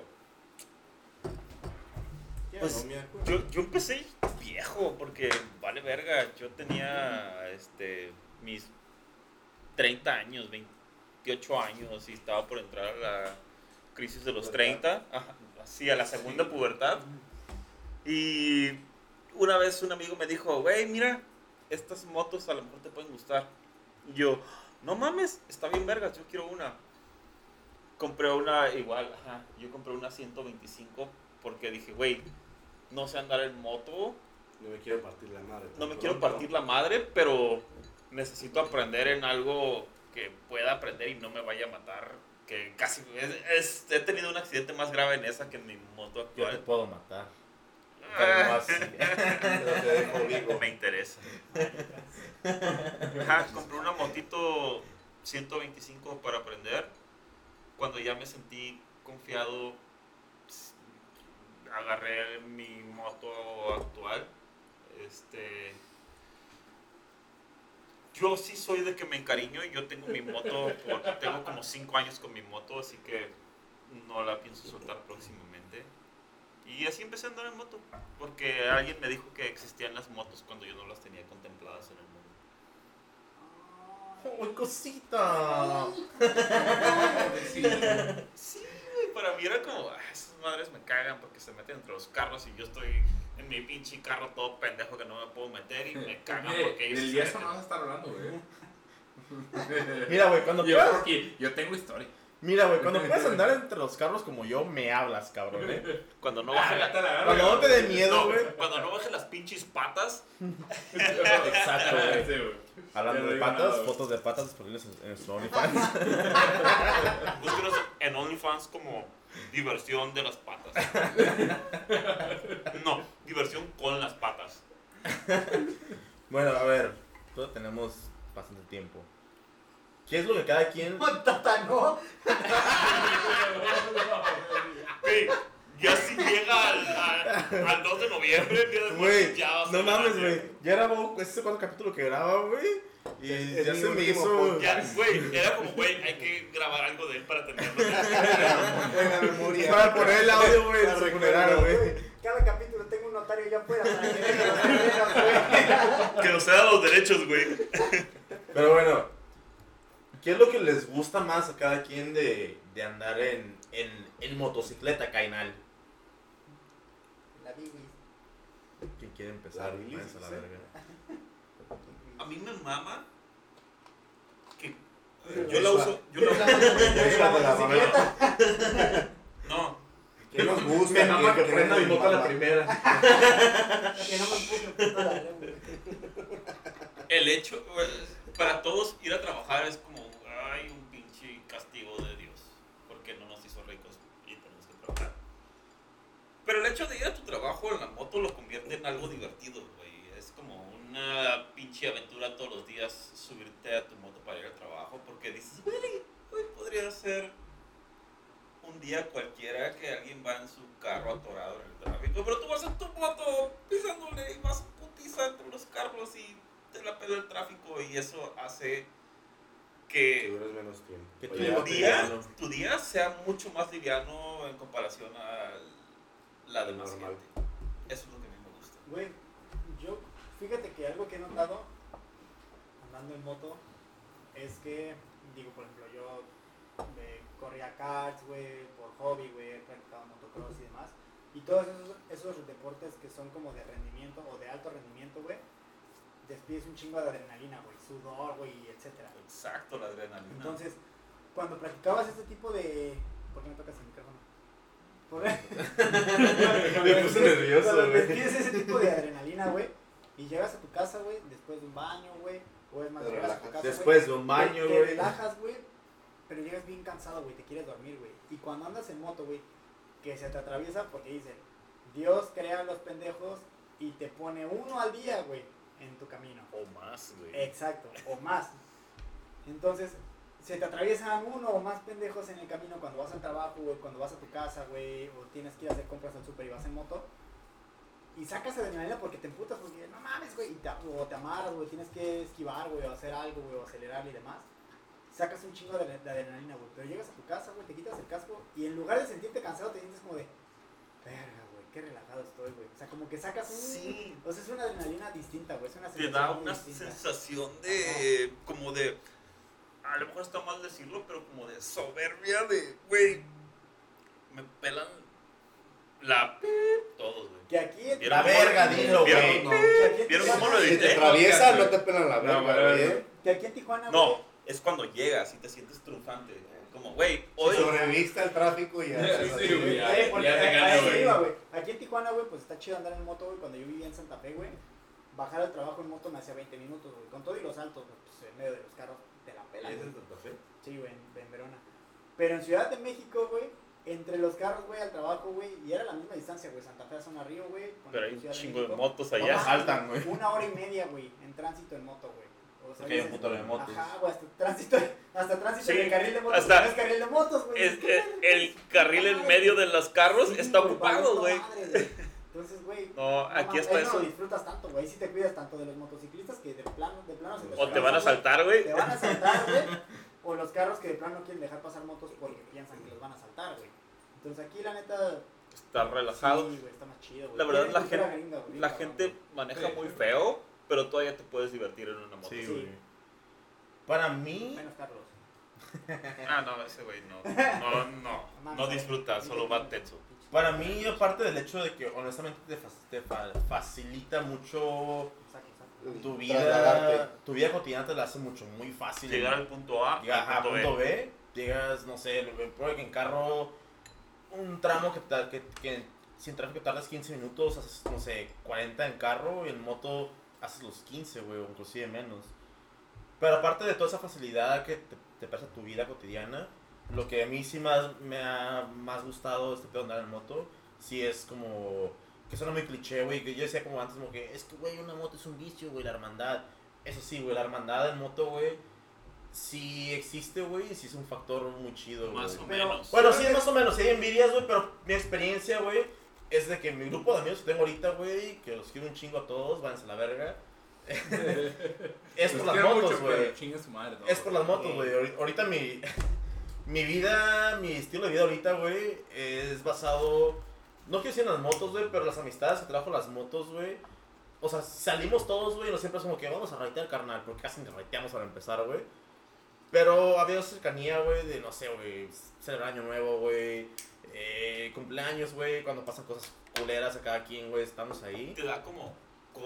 E: Ya
A: Pues,
E: no me acuerdo.
A: Yo, yo empecé viejo, porque vale verga, yo tenía este mis 30 años, 28 años y estaba por entrar a la crisis de los 30, ajá, así a la segunda pubertad. Y una vez un amigo me dijo, güey, mira, estas motos a lo mejor te pueden gustar. Y yo, no mames, está bien vergas, yo quiero una. Compré una igual, ajá, yo compré una 125 porque dije, güey, no sé andar en moto,
E: No me quiero partir la madre.
A: no me quiero partir la madre, pero necesito aprender en algo que pueda aprender y no me vaya a matar. Que casi es- es- he tenido un accidente más grave en esa que en mi moto
C: yo te
A: actual.
C: puedo matar. Pero no
A: Ah,
C: así.
E: Pero te dejo
C: *laughs*
E: vivo.
A: me interesa. Ajá, compré una motito 125 para aprender. Cuando ya me sentí confiado, s- agarré mi moto actual. Este. Yo sí soy de que me encariño y yo tengo mi moto, por- tengo como 5 años con mi moto, así que no la pienso soltar próximamente. Y así empecé a andar en moto, porque alguien me dijo que existían las motos cuando yo no las tenía contempladas en el mundo.
C: ¡Uy, cosita!
D: Sí.
A: Sí, güey, para mí era como, "Ah, esas madres me cagan porque se meten entre los carros y yo estoy en mi pinche carro todo pendejo que no me puedo meter y
C: *laughs*
A: me cagan
D: Eh,
A: porque ellos...
D: Del
A: se
D: día
A: meten".
D: eso no vas a estar hablando, güey.
A: *laughs*
C: Mira, güey, cuando
D: Yo,
C: puedas,
D: porque yo tengo historia.
C: mira, güey, cuando puedas andar entre los carros como yo, me hablas, cabrón, eh.
A: Cuando no
D: Ah,
A: baje la-
D: vete a la verga.
C: Cuando no te dé miedo,
A: *laughs* no,
C: güey.
A: cuando no baje las pinches patas,
C: Exacto, güey.
D: Sí, güey.
C: Hablando de
D: Ya no digo
C: patas,
D: nada, güey.
C: fotos de patas disponibles en- en su OnlyFans.
A: búsquenos en OnlyFans como diversión de las
C: *laughs*
A: patas. No, diversión con las patas.
C: *laughs* bueno, a ver, Todavía tenemos bastante tiempo. ¿Qué es lo que cada quien...
B: Tata, *laughs* no.
A: Güey, ya si llega al, al, al 2 de noviembre, el día de
C: Güey,
A: ya va a
C: no
A: ser
C: mames,
A: grande.
C: güey. Ya grabó, ese es el cuarto capítulo que graba, güey. Y
E: Es- es
C: ya
E: mi
C: se me
E: último
C: hizo...
A: Ya, güey, era como, güey, hay que grabar algo de él para tenerlo.
E: En la memoria.
C: Para poner el audio, güey,
E: Para
C: en su funeral,
E: recordarlo.
C: güey.
B: Cada capítulo tengo un notario ya fuera para que vean los primeros,
E: *laughs*
B: güey.
A: Que nos ceda los derechos, güey.
C: Pero bueno, ¿qué es lo que les gusta más a cada quien de, de andar en, en, en motocicleta, Cainal?
B: La vi, güey.
C: ¿Quién quiere empezar?
E: La bilis,
C: Váyanse a la
E: sí.
C: verga. *laughs*
A: A mí me mama que
E: Pero
A: yo la
E: *laughs* esa-
A: uso, yo la uso.
E: Es la de la mamá.
A: No,
E: Que nos gusta.
C: Me mama que
E: nos
C: prenda mi moto a la
E: mama.
C: primera.
B: Que no me puse puto la red, güey.
A: el hecho, güey, para todos ir a trabajar es como, ay, un pinche castigo de Dios, porque no nos hizo ricos y tenemos que trabajar. Pero el hecho de ir a tu trabajo en la moto lo convierte en algo divertido, güey. Es como una pinche aventura todos los días subirte a tu moto para ir al trabajo, porque dices, güey, hoy podría ser un día cualquiera que alguien va en su carro atorado en el tráfico, pero tú vas en tu moto pisándole y vas putiza entre los carros y te la pela el tráfico y eso hace
E: Que
A: que
E: duras menos tiempo.
C: Que
E: Oye,
C: tu
A: tu
E: ya,
A: día,
C: liviano.
A: tu día sea mucho más liviano en comparación a la de más
E: Normal.
A: gente. Eso es lo que a mí me gusta.
B: Güey, yo, fíjate que algo que he notado andando en moto es que, digo, por ejemplo, yo eh, corría karts, güey, por hobby, güey, he practicado motocross y demás. Y todos esos, esos deportes que son como de rendimiento o de alto rendimiento, güey, despides un chingo de adrenalina, güey, sudor, güey, etcétera.
A: Exacto, la adrenalina.
B: Entonces, cuando practicabas este tipo de... ¿Por qué me tocas el micrófono? Por... *laughs*
C: *laughs* Me puse nervioso,
B: Cuando
C: güey.
B: despides ese tipo de adrenalina, güey, y llegas a tu casa, güey, después de un baño, güey, o es más,
E: Te
B: llegas a tu
E: relajas.
B: casa, güey,
C: Después de un baño,
B: te, te
C: güey.
B: relajas, güey, pero llegas bien cansado, güey, te quieres dormir, güey. Y cuando andas en moto, güey, que se te atraviesa porque dicen, Dios crea a los pendejos y te pone uno al día, güey, en tu camino.
A: o más,
C: Eh,
A: güey.
B: Exacto, o más. Entonces, se te atraviesan uno o más pendejos en el camino cuando vas al trabajo, güey, cuando vas a tu casa, güey, o tienes que ir a hacer compras al súper y vas en moto. Y sacas adrenalina porque te emputas, porque no mames, güey, y te, o te amarras, güey, tienes que esquivar, güey, o hacer algo, güey, o acelerar y demás. Sacas un chingo de, adre- de adrenalina, güey, pero llegas a tu casa, güey, te quitas el casco y en lugar de sentirte cansado te sientes como de, verga, güey, qué relajado estoy, güey. O sea, como que sacas un...
A: Sí.
B: O sea, es una adrenalina distinta, güey, es una
A: Te
B: sensación
A: da
B: muy
A: una
B: distinta.
A: sensación de, como de, a lo mejor está mal decirlo, pero como de soberbia de, güey, me pelan la... Todos, güey.
B: Que aquí en-
A: La verga, dilo, güey.
B: No, que aquí en
A: ¿Vieron
B: Tijuana-
A: cómo lo
E: Si te
A: edité?
E: atraviesa, no te pelan la
D: No,
E: verga,
D: pero-
E: güey. ¿eh?
B: Que aquí en Tijuana,
A: No,
B: güey,
A: es cuando llegas y te sientes triunfante. Como, güey,
E: Si
A: hoy...
E: sobreviviste al tráfico y ya.
D: Sí, sí, güey. Ya,
B: eh, porque
D: ya te
B: a-
D: ganó,
B: a eso
D: güey.
B: iba, güey. Aquí en Tijuana, güey, pues está chido andar en moto, güey. Cuando yo vivía en Santa Fe, güey, bajar al trabajo en moto me hacía 20 minutos, güey. Con todo y los altos, güey, pues en medio de los carros te la pelan. güey. Sí, güey, en, en Verona. Pero en Ciudad de México, güey, entre los carros, güey, al trabajo, güey, y era la misma distancia, güey. Santa Fe a Zona Río, güey. con
A: Pero hay un
B: Ciudad
A: chingo de
B: México.
A: motos
C: Allá
A: allá.
B: Ajá.
C: saltan, güey.
B: Una hora y media, güey, en tránsito en moto, güey. O sea,
C: Porque hay
B: dices,
C: un motor de motos.
B: Ajá, güey, hasta tránsito, hasta tránsito
A: Sí,
B: en el carril de motos.
A: hasta-
B: no es carril de motos, güey.
A: Es-
B: ¿Qué
A: eh,
B: tal?
A: el carril en medio de los carros
B: Sí,
A: está
B: güey,
A: ocupado,
B: valiendo
A: güey.
B: madre, güey. Entonces, güey.
A: *laughs* No,
B: no
A: aquí
B: mames,
A: está
B: ahí No
A: eso.
B: lo disfrutas tanto, güey. ahí Sí te cuidas tanto de los motociclistas que de plano, de plano se
A: O te van a
B: atraviesan,
A: saltar, güey.
B: güey. Te van a saltar, güey. O los carros que de plano no quieren dejar pasar motos porque piensan que los van a saltar, güey. Entonces aquí la neta.
A: Está relajado.
B: Sí, güey, está más chido, güey.
A: La verdad,
B: Tiene
A: la
B: cultura
A: gente-
B: gringa, güey,
A: La
B: cabrón,
A: gente
B: güey.
A: maneja
D: Sí.
A: muy feo, pero todavía te puedes divertir en una moto.
C: Sí,
B: Sí.
C: güey. Para mí,
B: Menos carros.
A: Ah, no, ese güey no. No, no.
B: Mames,
A: No
B: a ver.
A: disfruta, solo va tenso.
C: para mí, aparte del hecho de que honestamente te, fac- te fa- facilita mucho
B: Saco, saco.
C: tu
E: Trasladarte.
C: vida, tu vida cotidiana te la hace mucho, muy fácil.
A: Llegar al punto A,
C: Llegas
A: al
C: a
A: punto
C: punto
A: B.
C: B, llegas, no sé, lo- prueba que en carro, un tramo que, tar- que, que sin tráfico tardas 15 minutos, haces, no sé, 40 en carro y en moto haces los 15, güey, o inclusive menos. Pero aparte de toda esa facilidad que te, te pasa tu vida cotidiana, lo que a mí sí más me ha más gustado este pedo de andar en moto, sí es como, que suena muy cliché, güey, que yo decía como antes, como que es que, güey, una moto es un vicio, güey, la hermandad. Eso sí, güey, la hermandad en moto, güey, sí existe, güey, y sí es un factor muy chido,
F: Más
C: güey.
F: o
B: Pero-
F: menos.
C: Bueno, sí, más o menos, sí hay envidias, güey, pero mi experiencia, güey, es de que mi grupo de amigos que tengo ahorita, güey, que los quiero un chingo a todos, váyanse a la verga. es por
D: Los
C: las
D: quiero
C: motos,
D: mucho, pero
C: güey.
D: Chinga su madre.
C: Es por las motos,
F: Sí.
C: güey. Ahori- Ahorita mi, *laughs* mi vida, mi estilo de vida ahorita, güey, es basado, no quiero decir en las motos, güey, pero las amistades que trajo las motos, güey. O sea, salimos todos, güey, y no siempre es como que vamos a raitear, carnal, porque casi nos raiteamos para empezar, güey. Pero había cercanía, güey, de, no sé, güey, celebrar año nuevo, güey, eh, cumpleaños, güey, cuando pasan cosas culeras a cada quien, güey, estamos ahí.
F: Te da como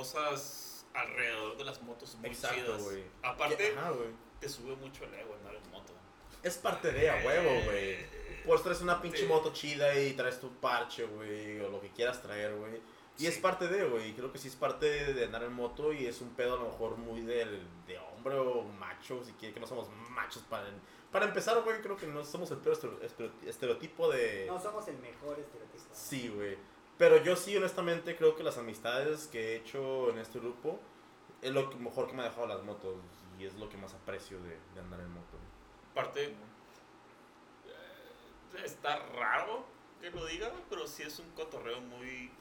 F: cosas alrededor de las motos muy
C: Exacto,
F: chidas.
C: güey.
F: Aparte,
C: Ajá, güey.
F: te sube mucho el ego andar en moto.
C: Es parte de a huevo, güey.
A: Eh,
C: Pues traes una pinche
F: Sí.
C: moto chida y traes tu parche, güey, o lo que quieras traer, güey. Y
F: Sí.
C: es parte de, güey, creo que sí es parte de andar en moto y es un pedo a lo mejor muy del, de hombre o macho, si quiere que no somos machos para, para empezar, güey, creo que no somos el peor estere- estere- estereotipo de...
B: No somos el mejor estereotipo.
C: Sí, güey. Pero yo sí, honestamente, creo que las amistades que he hecho en este grupo es lo que mejor que me ha dejado las motos y es lo que más aprecio de, de andar en moto.
F: Aparte, eh, está raro que lo diga, pero sí es un cotorreo muy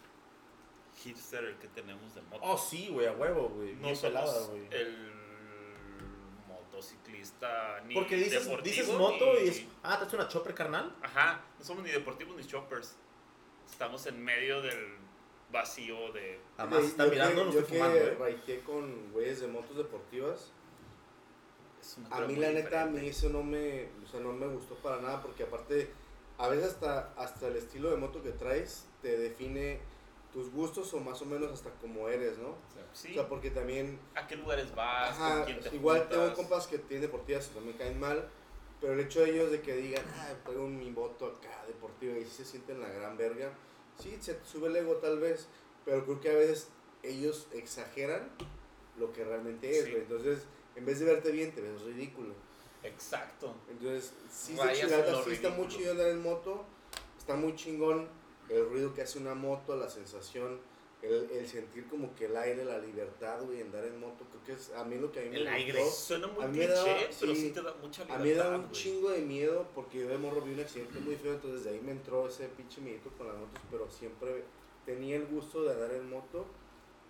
F: hipster el que tenemos de moto.
C: Oh, sí, güey, a huevo, güey.
F: no
C: Bien
F: somos
C: pelada, güey.
F: el motociclista ni
C: Porque dices,
F: deportivo,
C: dices moto
F: ni-
C: y es. Ah, traes una chopper, carnal.
F: Ajá, no somos ni deportivos ni choppers. Estamos en medio del vacío de...
E: Ah,
C: Además, está
E: Yo que-
C: mirando, no
E: Yo
C: está
E: que
C: fumando, eh.
E: raiteé con güeyes de motos deportivas.
F: es un
E: A
F: cotorreo
E: mí
F: muy
E: la neta, a
F: diferente.
E: mí eso no me, o sea, no me gustó para nada porque aparte, a veces hasta, hasta el estilo de moto que traes te define tus gustos o más o menos hasta cómo eres, ¿no?
F: Sí,
E: O sea, porque también,
F: ¿a qué lugares vas?
E: ajá,
F: ¿Con quién te
E: igual tengo
F: juntas?
E: compas que tienen deportivas que también caen mal, pero el hecho de ellos de que digan, ah, traigo mi moto acá deportiva y sí se sienten la gran verga, sí, se te sube el ego tal vez, pero creo que a veces ellos exageran lo que realmente es,
F: Sí.
E: güey. entonces en vez de verte bien te ves ridículo.
F: Exacto.
E: Entonces, sí, está
F: Rayas
E: chilada,
F: en lo
E: sí está muy
F: ridículo.
E: chido andar en moto, está muy chingón el ruido que hace una moto, la sensación, el, el sentir como que el aire, la libertad, güey, andar en moto, creo que es a mí lo que a mí me
F: El
E: gustó.
F: aire suena muy
E: A mí me
F: cliché,
E: daba-
F: pero
E: sí.
F: sí te da mucha
E: A
F: libertad.
E: mí me da un
F: güey.
E: chingo de miedo porque yo de morro vi un accidente muy feo, entonces de ahí me entró ese pinche miedito con las motos, pero siempre tenía el gusto de andar en moto,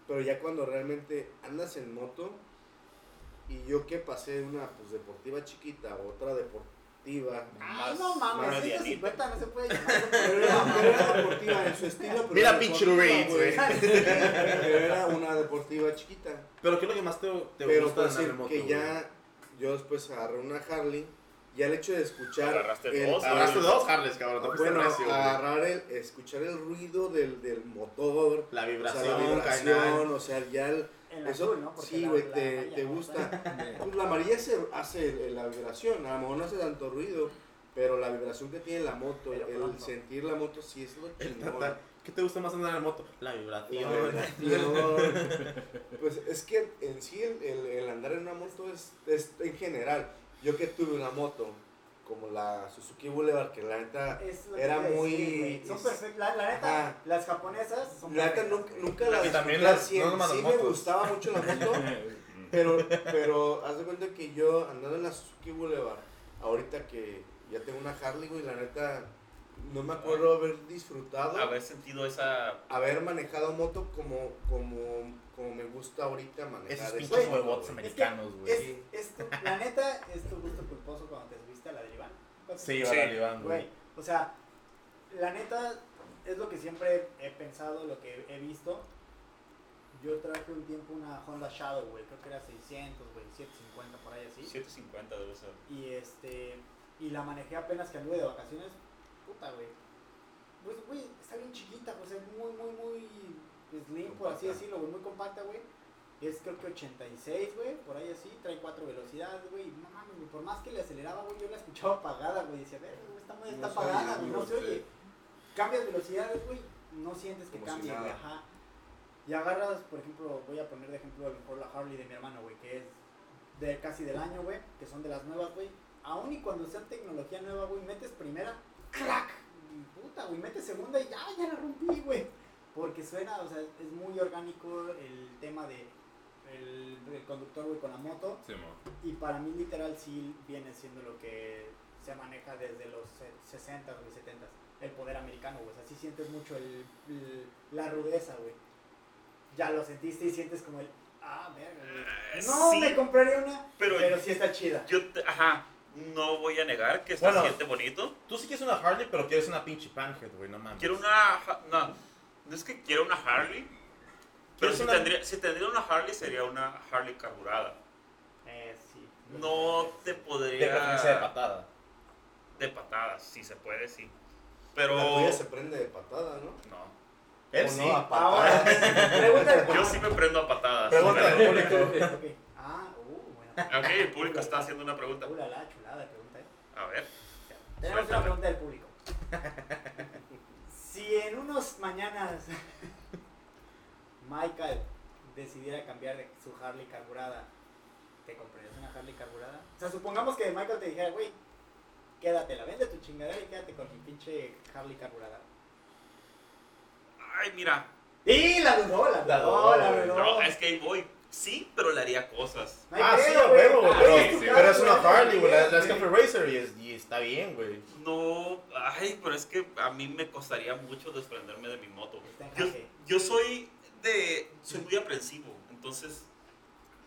E: pero ya cuando realmente andas en moto, y yo que pasé de una pues, deportiva chiquita a otra deportiva,
B: Ah, no mames,
F: más
B: 150 no se
E: *laughs*
B: puede llamar.
E: pero era, pero era deportiva en su estilo, pero
C: Mira
E: era
C: pinche
E: deportiva,
C: Reed, güey.
E: Pero era una deportiva chiquita.
C: Pero ¿qué es lo que más te, te
E: Pero
C: gusta
E: por
C: de andar
E: decir
C: en moto?
E: que
C: güey?
E: ya yo después agarré una Harley y al hecho de escuchar
F: Agarraste dos,
C: Agarraste dos Harleys, cabrón. te fuiste
E: bueno,
C: recio, güey.
E: agarrar el, escuchar el ruido del, del motor,
C: La
E: o sea,
C: vibración,
E: la vibración,
C: carnal.
E: o sea, ya el,
B: El
E: pues, eso,
B: azul, ¿no? Porque
E: sí,
B: la-
E: güey,
B: la
E: te,
B: raya,
E: te
B: ¿no? *laughs*
E: gusta.
D: Ajá.
E: Pues la amarilla se hace el- la vibración, a lo mejor no hace tanto ruido, pero la vibración que tiene la moto,
B: Pero
E: el
B: pronto.
E: sentir la moto, sí es lo chingón.
C: Tata, ¿Qué te gusta más andar en moto? La
E: La
C: vibración.
E: vibración. Pues es que en sí el, el- el andar en una moto es, es en general. Yo que tuve una moto, como la Suzuki Boulevard, que la neta
B: Es lo que
E: era
B: iba a decir,
E: muy-
B: güey. Son
E: es-
B: perfectas. La, la neta,
E: Ajá.
B: las japonesas son.
E: La neta
B: perfectas,
E: nunca,
B: güey.
E: nunca la
C: Y también
E: la
C: las-
E: sí,
C: no nomás
E: sí
C: las
E: me
C: motos.
E: gustaba mucho la moto, pero, pero haz de cuenta que yo andando en la Suzuki Boulevard, ahorita que ya tengo una Harley, güey, la neta no me acuerdo haber disfrutado,
F: Haber sentido esa...
E: haber manejado moto como, como, como me gusta ahorita manejar.
C: Esos
E: esa
C: pinches
E: moto,
C: huevotes
E: güey.
C: americanos, güey.
B: Es, es tu- la neta, es tu gusto culposo cuando te subiste a la del Iván.
C: Sí,
F: Sí,
C: va la Iván,
B: Güey,
C: güey.
B: o sea, la neta es lo que siempre he pensado, lo que he visto. Yo traje un tiempo una Honda Shadow, güey, creo que era 600, güey, 750 por ahí así.
F: 750 debe ser.
B: Y este y la manejé apenas que anduve de vacaciones. Puta, güey. Pues güey, está bien chiquita, pues es muy muy muy slim, por así
E: Compacta.
B: decirlo, güey, muy compacta, güey. Es creo que 86, güey, por ahí así, trae cuatro velocidades, güey. No mames, güey, por más que le aceleraba, güey, yo la escuchaba apagada, güey. Decía, ver, güey, esta madre
E: No
B: está
E: se oye,
B: apagada, güey, no
E: güey,
B: se oye. Cambias velocidades, güey, no sientes que
E: Como si
B: cambia, güey,
E: nada.
B: ajá. Y agarras, por ejemplo, voy a poner de ejemplo a lo mejor la Harley de mi hermano, güey, que es de casi del año, güey, que son de las nuevas, güey. Aún y cuando sea tecnología nueva, güey, metes primera, crack, puta, güey, metes segunda y ya, ya la rompí, güey. Porque suena, o sea, es muy orgánico el tema de el, el conductor, güey, con la moto.
D: Simón.
B: Y para mí, literal, sí viene siendo lo que se maneja desde los 60 o 70 el poder americano, güey. O sea, sí sientes mucho el, el- la rudeza, güey. Ya lo sentiste y sientes como el. Ah, verga, güey. No
A: Eh, sí.
B: me compraría una, pero,
A: Pero-
B: sí está chida.
A: Yo, te- ajá, no voy a negar que está
C: Bueno.
A: siente bonito.
C: Tú sí quieres una Harley, pero quieres una pinche Panhead, güey, no mames.
A: Quiero una. ha- No, no es que quiera una Harley. Pero
C: ¿Quieres
A: si,
C: una-
A: Tendría, si tendría una Harley, sería una Harley carburada.
B: Eh, sí.
A: No te
C: De
A: podría.
C: preferencia de patada.
A: de patadas, si se puede, sí.
E: La
A: Pero.
E: tuya se prende de patada, ¿no?
A: No.
C: Él
E: ¿O
C: sí.
E: no a
B: Ahora,
E: patadas?
B: pregunta
A: *laughs*
B: del
A: Yo sí me prendo a patadas.
C: Pregunta
A: pero- *laughs*
C: al público.
B: Ok. Ah, uh, bueno.
A: Ok, el público está haciendo una pregunta.
B: Uh, la, la, chulada de pregunta, eh.
A: A ver.
B: Tenemos
A: Suéltala.
B: una pregunta del público. si en unos mañanas Michael decidiera cambiar de su Harley carburada, ¿te comprarías una Harley carburada? O sea, supongamos que Michael te dijera, güey, quédatela, vende tu chingadera y quédate con mi pinche Harley carburada.
A: Ay, mira.
B: Y la dudó, la
C: La
B: dudó,
C: dudó,
B: la
C: güey.
B: dudó.
A: No, es que ahí voy. Sí, pero le haría cosas.
B: No hay
C: ah, sí,
B: pedo,
C: a huevo, güey.
B: Ah,
C: Pero,
B: tu
D: sí,
B: carro,
C: pero es una
B: güey,
C: Harley, güey. La, la
B: sí.
C: Escape Racer y, es- y está bien, güey.
A: No, ay, pero es que a mí me costaría mucho desprenderme de mi moto.
B: Está en
A: Yo,
B: jaque.
A: yo soy de, soy muy aprensivo, entonces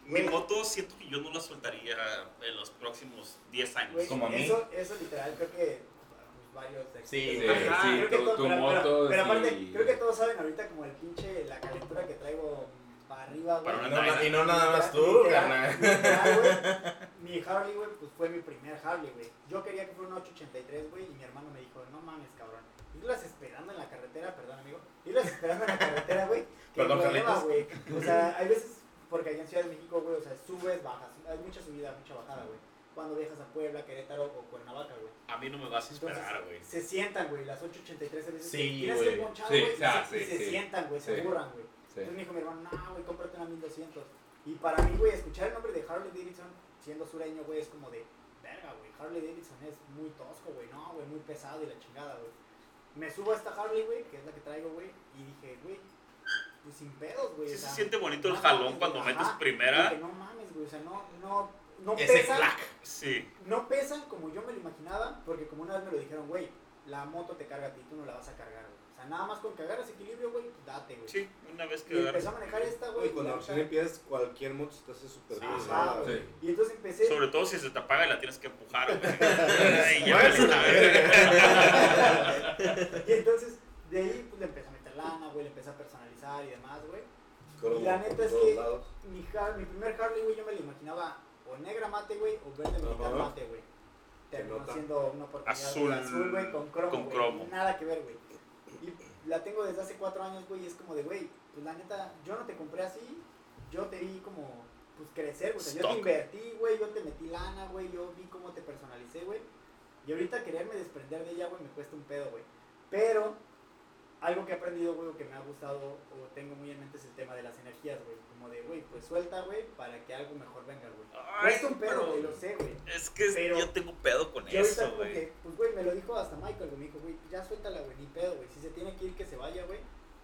A: mi
B: Güey.
A: moto siento que yo no la soltaría en los próximos 10 años.
B: Güey,
D: Como a mí.
B: Eso, eso literal, creo que pues, varios de
C: Sí,
D: Sí,
A: Ajá,
D: sí,
B: creo que
D: tu,
B: todo-
D: tu
B: pero, pero-
D: moto.
B: pero aparte,
D: sí.
B: creo que todos saben ahorita como el pinche, la calentura que traigo para arriba, güey.
A: Para
C: Y
A: una
C: no, na- y no nada más tú,
B: Literal,
C: carnal.
B: literal, güey, Mi Harley, güey, pues fue mi primer Harley, güey. Yo quería que fuera un 883, güey, y mi hermano me dijo, no mames, cabrón. Irlas esperando en la carretera, perdón, amigo. Irlas esperando en la carretera, güey. qué
C: Perdón,
B: hueva,
C: Carlitos.
B: güey. O sea, hay veces, porque allá en Ciudad de México, güey, o sea, subes, bajas. Hay mucha subida, mucha bajada, güey. Cuando viajas a Puebla, Querétaro o Cuernavaca, güey.
A: A mí no me vas a esperar, güey.
B: Entonces, se sientan, güey, las 8.83 a veces.
C: Sí,
B: tienes que
C: güey.
B: ponchar,
D: Sí,
B: güey, y
D: ah,
B: se- y
D: sí,
B: se
D: sí.
B: sientan, güey, se
D: Sí.
B: aburran, güey.
D: Sí.
B: Entonces me dijo mi hermano, no, güey, cómprate una 1200. Y para mí, güey, escuchar el nombre de Harley Davidson, siendo sureño, güey, es como de, verga, güey, Harley Davidson es muy tosco, güey, no, güey, muy pesado y la chingada, güey. Me subo a esta Harley, güey, que es la que traigo, güey, y dije, güey, pues sin pedos, güey.
A: Sí
B: o
A: se
B: sea,
A: siente bonito el
B: no
A: jalón
B: mames,
A: cuando
B: güey,
A: metes
B: ajá.
A: primera.
B: Dije, no mames, güey, o sea, no, no, no
C: Ese
B: pesa
C: clac.
A: Sí,
B: no pesan como yo me lo imaginaba, porque como una vez me lo dijeron, güey, la moto te carga a ti, tú no la vas a cargar, güey. O sea, nada más con que agarras equilibrio, güey, pues date, güey.
A: sí, una vez
B: Y
A: que agarras-
B: empecé a manejar esta, güey.
E: Güey, cuando
B: la
E: recién empiezas, cualquier moto se te hace súper
C: Sí,
E: pesada,
B: Ajá,
E: güey.
B: güey.
D: Sí.
B: Y entonces empecé.
A: Sobre todo si se te apaga y la tienes que empujar,
B: *laughs*
A: güey. Ay, ya valiste,
C: Bueno.
B: Y entonces, de ahí, pues le empecé a meter lana, güey, le empecé a personalizar y demás, güey.
E: Corvo
B: Y la neta
E: por
B: es
E: todos
B: que-
E: lados.
B: mi, Har- mi primer Harley, güey, yo me lo imaginaba o negra mate, güey, o verde militar
E: Ajá.
B: mate, güey. Terminó
E: nota.
B: siendo una oportunidad de
A: Azul.
B: azul, güey, con cromo.
A: Con
B: güey.
A: cromo.
B: Nada que ver, güey. Y la tengo desde hace cuatro años, güey, y es como de, güey, pues la neta, yo no te compré así, yo te vi como, pues crecer, güey. O sea, yo te
A: Stock.
B: invertí, güey, yo te metí lana, güey, yo vi cómo te personalicé, güey. Y ahorita quererme desprender de ella, güey, me cuesta un pedo, güey. Pero algo que he aprendido, güey, o que me ha gustado o tengo muy en mente es el tema de las energías, güey. Como de, güey, pues suelta, güey, para que algo mejor venga, güey.
A: Ay,
B: es un pedo,
A: pero-
B: güey, lo sé, güey.
A: Es que
B: Pero-
A: yo tengo pedo con
B: Yo ahorita
A: eso,
B: como
A: güey.
B: que, pues, güey, me lo dijo hasta Michael, güey, me dijo, güey, ya suéltala, güey, ni pedo, güey. Si se tiene que ir, que se vaya, güey.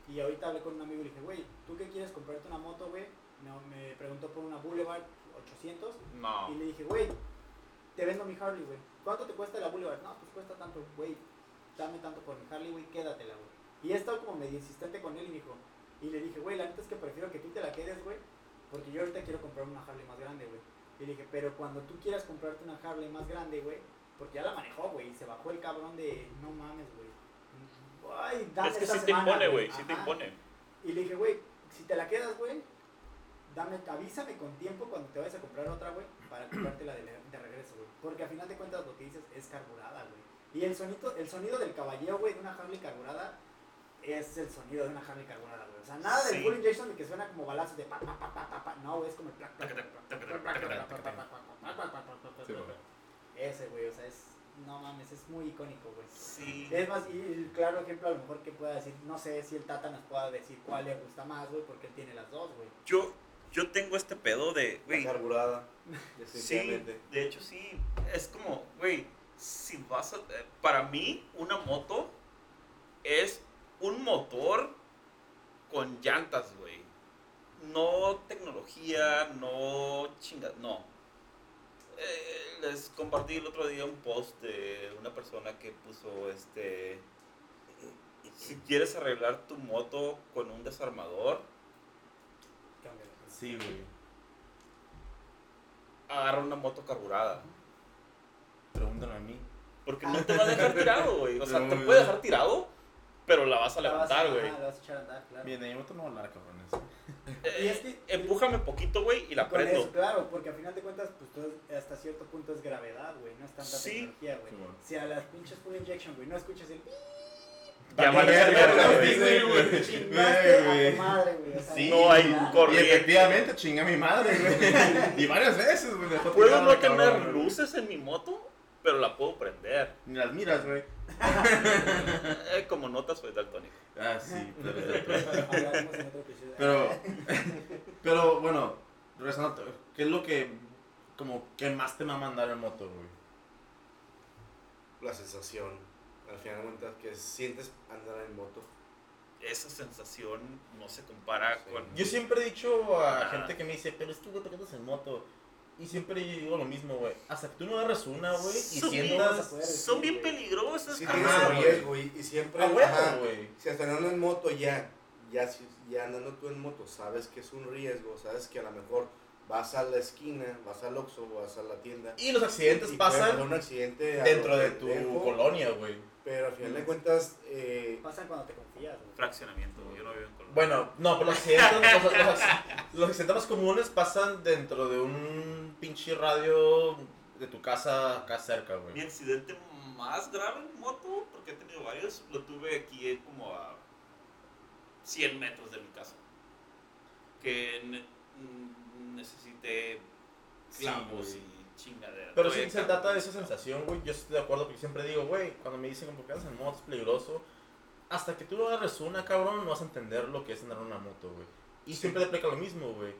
B: Y ahorita hablé con un amigo y le dije, güey, ¿tú qué quieres comprarte una moto, güey? No, me preguntó por una Boulevard 800. Y
A: No.
B: le dije, güey, te vendo mi Harley, güey. ¿Cuánto te cuesta la Boulevard? No, pues cuesta tanto, güey. Dame tanto por mi Harley, güey, quédatela, güey. Y he estado como medio insistente con él y me dijo, y le dije, güey, la neta es que prefiero que tú te la quedes, güey, porque yo ahorita quiero comprar una Harley más grande, güey. Y le dije, pero cuando tú quieras comprarte una Harley más grande, güey, porque ya la manejó, güey, y se bajó el cabrón de, no mames, güey. Ay, dame
A: Es que
B: esta
A: sí te
B: semana,
A: impone, güey. Sí te
B: Ajá.
A: impone.
B: Y le dije, güey, si te la quedas, güey, dame, avísame con tiempo cuando te vayas a comprar otra, güey, para comprártela de, de regreso, güey. Porque al final de cuentas lo que dices es carburada, güey. Y el sonido, el sonido del caballero, güey, de una Harley carburada es el sonido de una Harley carburada, güey. O sea, nada del
A: Sí.
B: full injection de que suena como balazos de pa, pa, pa, pa, pa, pa. No, güey, es como el plac, plac, plac, plac, plac, plac, plac, plac, plac, plac, plac, plac, plac, plac, plac, plac, plac,
D: Sí,
B: plac.
D: güey.
B: Ese, güey, o sea, es... No mames, es muy icónico, güey.
A: Sí.
B: Es más, y el claro ejemplo a lo mejor que pueda decir, no sé si el Tata nos pueda decir cuál le gusta más, güey, porque él tiene las dos, güey.
A: Yo, yo tengo este pedo de,
E: La
A: güey.
E: carburada,
A: Sí,
E: definitivamente.
A: de hecho sí. Es como, güey, si vas a... eh, Para mí, una moto es un motor con llantas, güey. no tecnología, no chinga, no. Eh, les compartí el otro día un post de una persona que puso este si quieres arreglar tu moto con un desarmador,
E: Cámbiala.
C: Sí, güey.
A: agarra una moto carburada.
C: Pregúntame a mí.
A: Porque
B: Ah.
A: no te va a dejar tirado, güey. O sea, te puede dejar tirado, pero la vas a
B: La vas a-
A: levantar, güey.
B: ajá, La vas a echar a andar, claro.
C: Bien, ahí otro no va a hablar, cabrones.
B: Y es que-
A: Eh, Empújame poquito, güey, y la
B: Con eso,
A: prendo.
B: claro, porque al final de cuentas, pues todo es- hasta cierto punto es gravedad, güey. No es tanta
A: Sí.
B: tecnología, güey.
C: Sí, bueno.
B: Si a las pinches full injection, güey, no escuchas
C: *laughs*
B: el
A: Ya van a
C: Ya,
A: cargar,
C: ya,
A: güey.
C: sí, güey.
B: chingaste a
C: Güey.
B: tu madre, güey. O sea,
C: Sí,
A: No hay cor-
B: nada.
C: Y
A: Corriente.
C: efectivamente, chinga mi madre, *laughs* güey. Y varias veces, güey. me dejó
A: Puedo
C: tirado,
A: no
C: cabrón,
A: tener
C: güey.
A: luces en mi moto, pero la puedo prender.
C: Ni las miras, güey.
A: Eh, como nota soy daltónico.
C: Ah, sí, pero.
B: Hablaremos en otro episodio.
C: Pero, pero *laughs* bueno, regresando, a tu- ¿qué es lo que, como, que más te mama andar en moto, güey?
E: La sensación. Al final de cuentas, que sientes andar en moto.
A: Esa sensación no se compara
E: Sí.
A: con...
C: Yo siempre he dicho a
A: Ajá.
C: gente que me dice, pero es que, güey, ¿por qué andas en moto? Y siempre digo lo mismo, güey. Hasta que tú no agarres una, güey, y
A: Sí,
B: Vamos a
C: sientas...
B: poder decir,
A: Son bien
B: güey.
A: peligrosas,
E: Sí,
A: carnal.
E: tienes
C: Ajá,
E: el
C: güey.
E: riesgo y, y siempre.
C: A
E: ajá,
C: huevo, güey.
E: si hasta andando en moto ya, ya, si- ya andando tú en moto, sabes que es un riesgo, sabes que a lo mejor vas a la esquina, vas al Oxxo, vas a la tienda.
C: Y los accidentes
E: y puede pasar
C: pasan
E: un accidente a
C: dentro
E: lo
C: de tu
E: pendejo,
C: colonia, güey.
E: Pero al final de cuentas, eh,
B: Pasan cuando te confías, güey.
A: Fraccionamiento, güey, yo no vivo en Colombia.
C: Bueno, no, pero los accidentes, los, los acc- los accidentes más comunes pasan dentro de un pinche radio de tu casa acá cerca, güey.
A: Mi accidente más grave en moto, porque he tenido varios, lo tuve aquí eh, como a 100 metros de mi casa. Que ne- mm, necesité
C: Sí,
A: clavos
C: güey.
A: y chingadera.
C: Pero
A: Todavía
C: sí se
A: cargo.
C: trata de esa sensación, güey. Yo estoy de acuerdo porque siempre digo, güey, cuando me dicen como que andas en moto es peligroso, hasta que tú no agarres una, cabrón, no vas a entender lo que es andar en una moto, güey. Y siempre te aplica lo mismo, güey.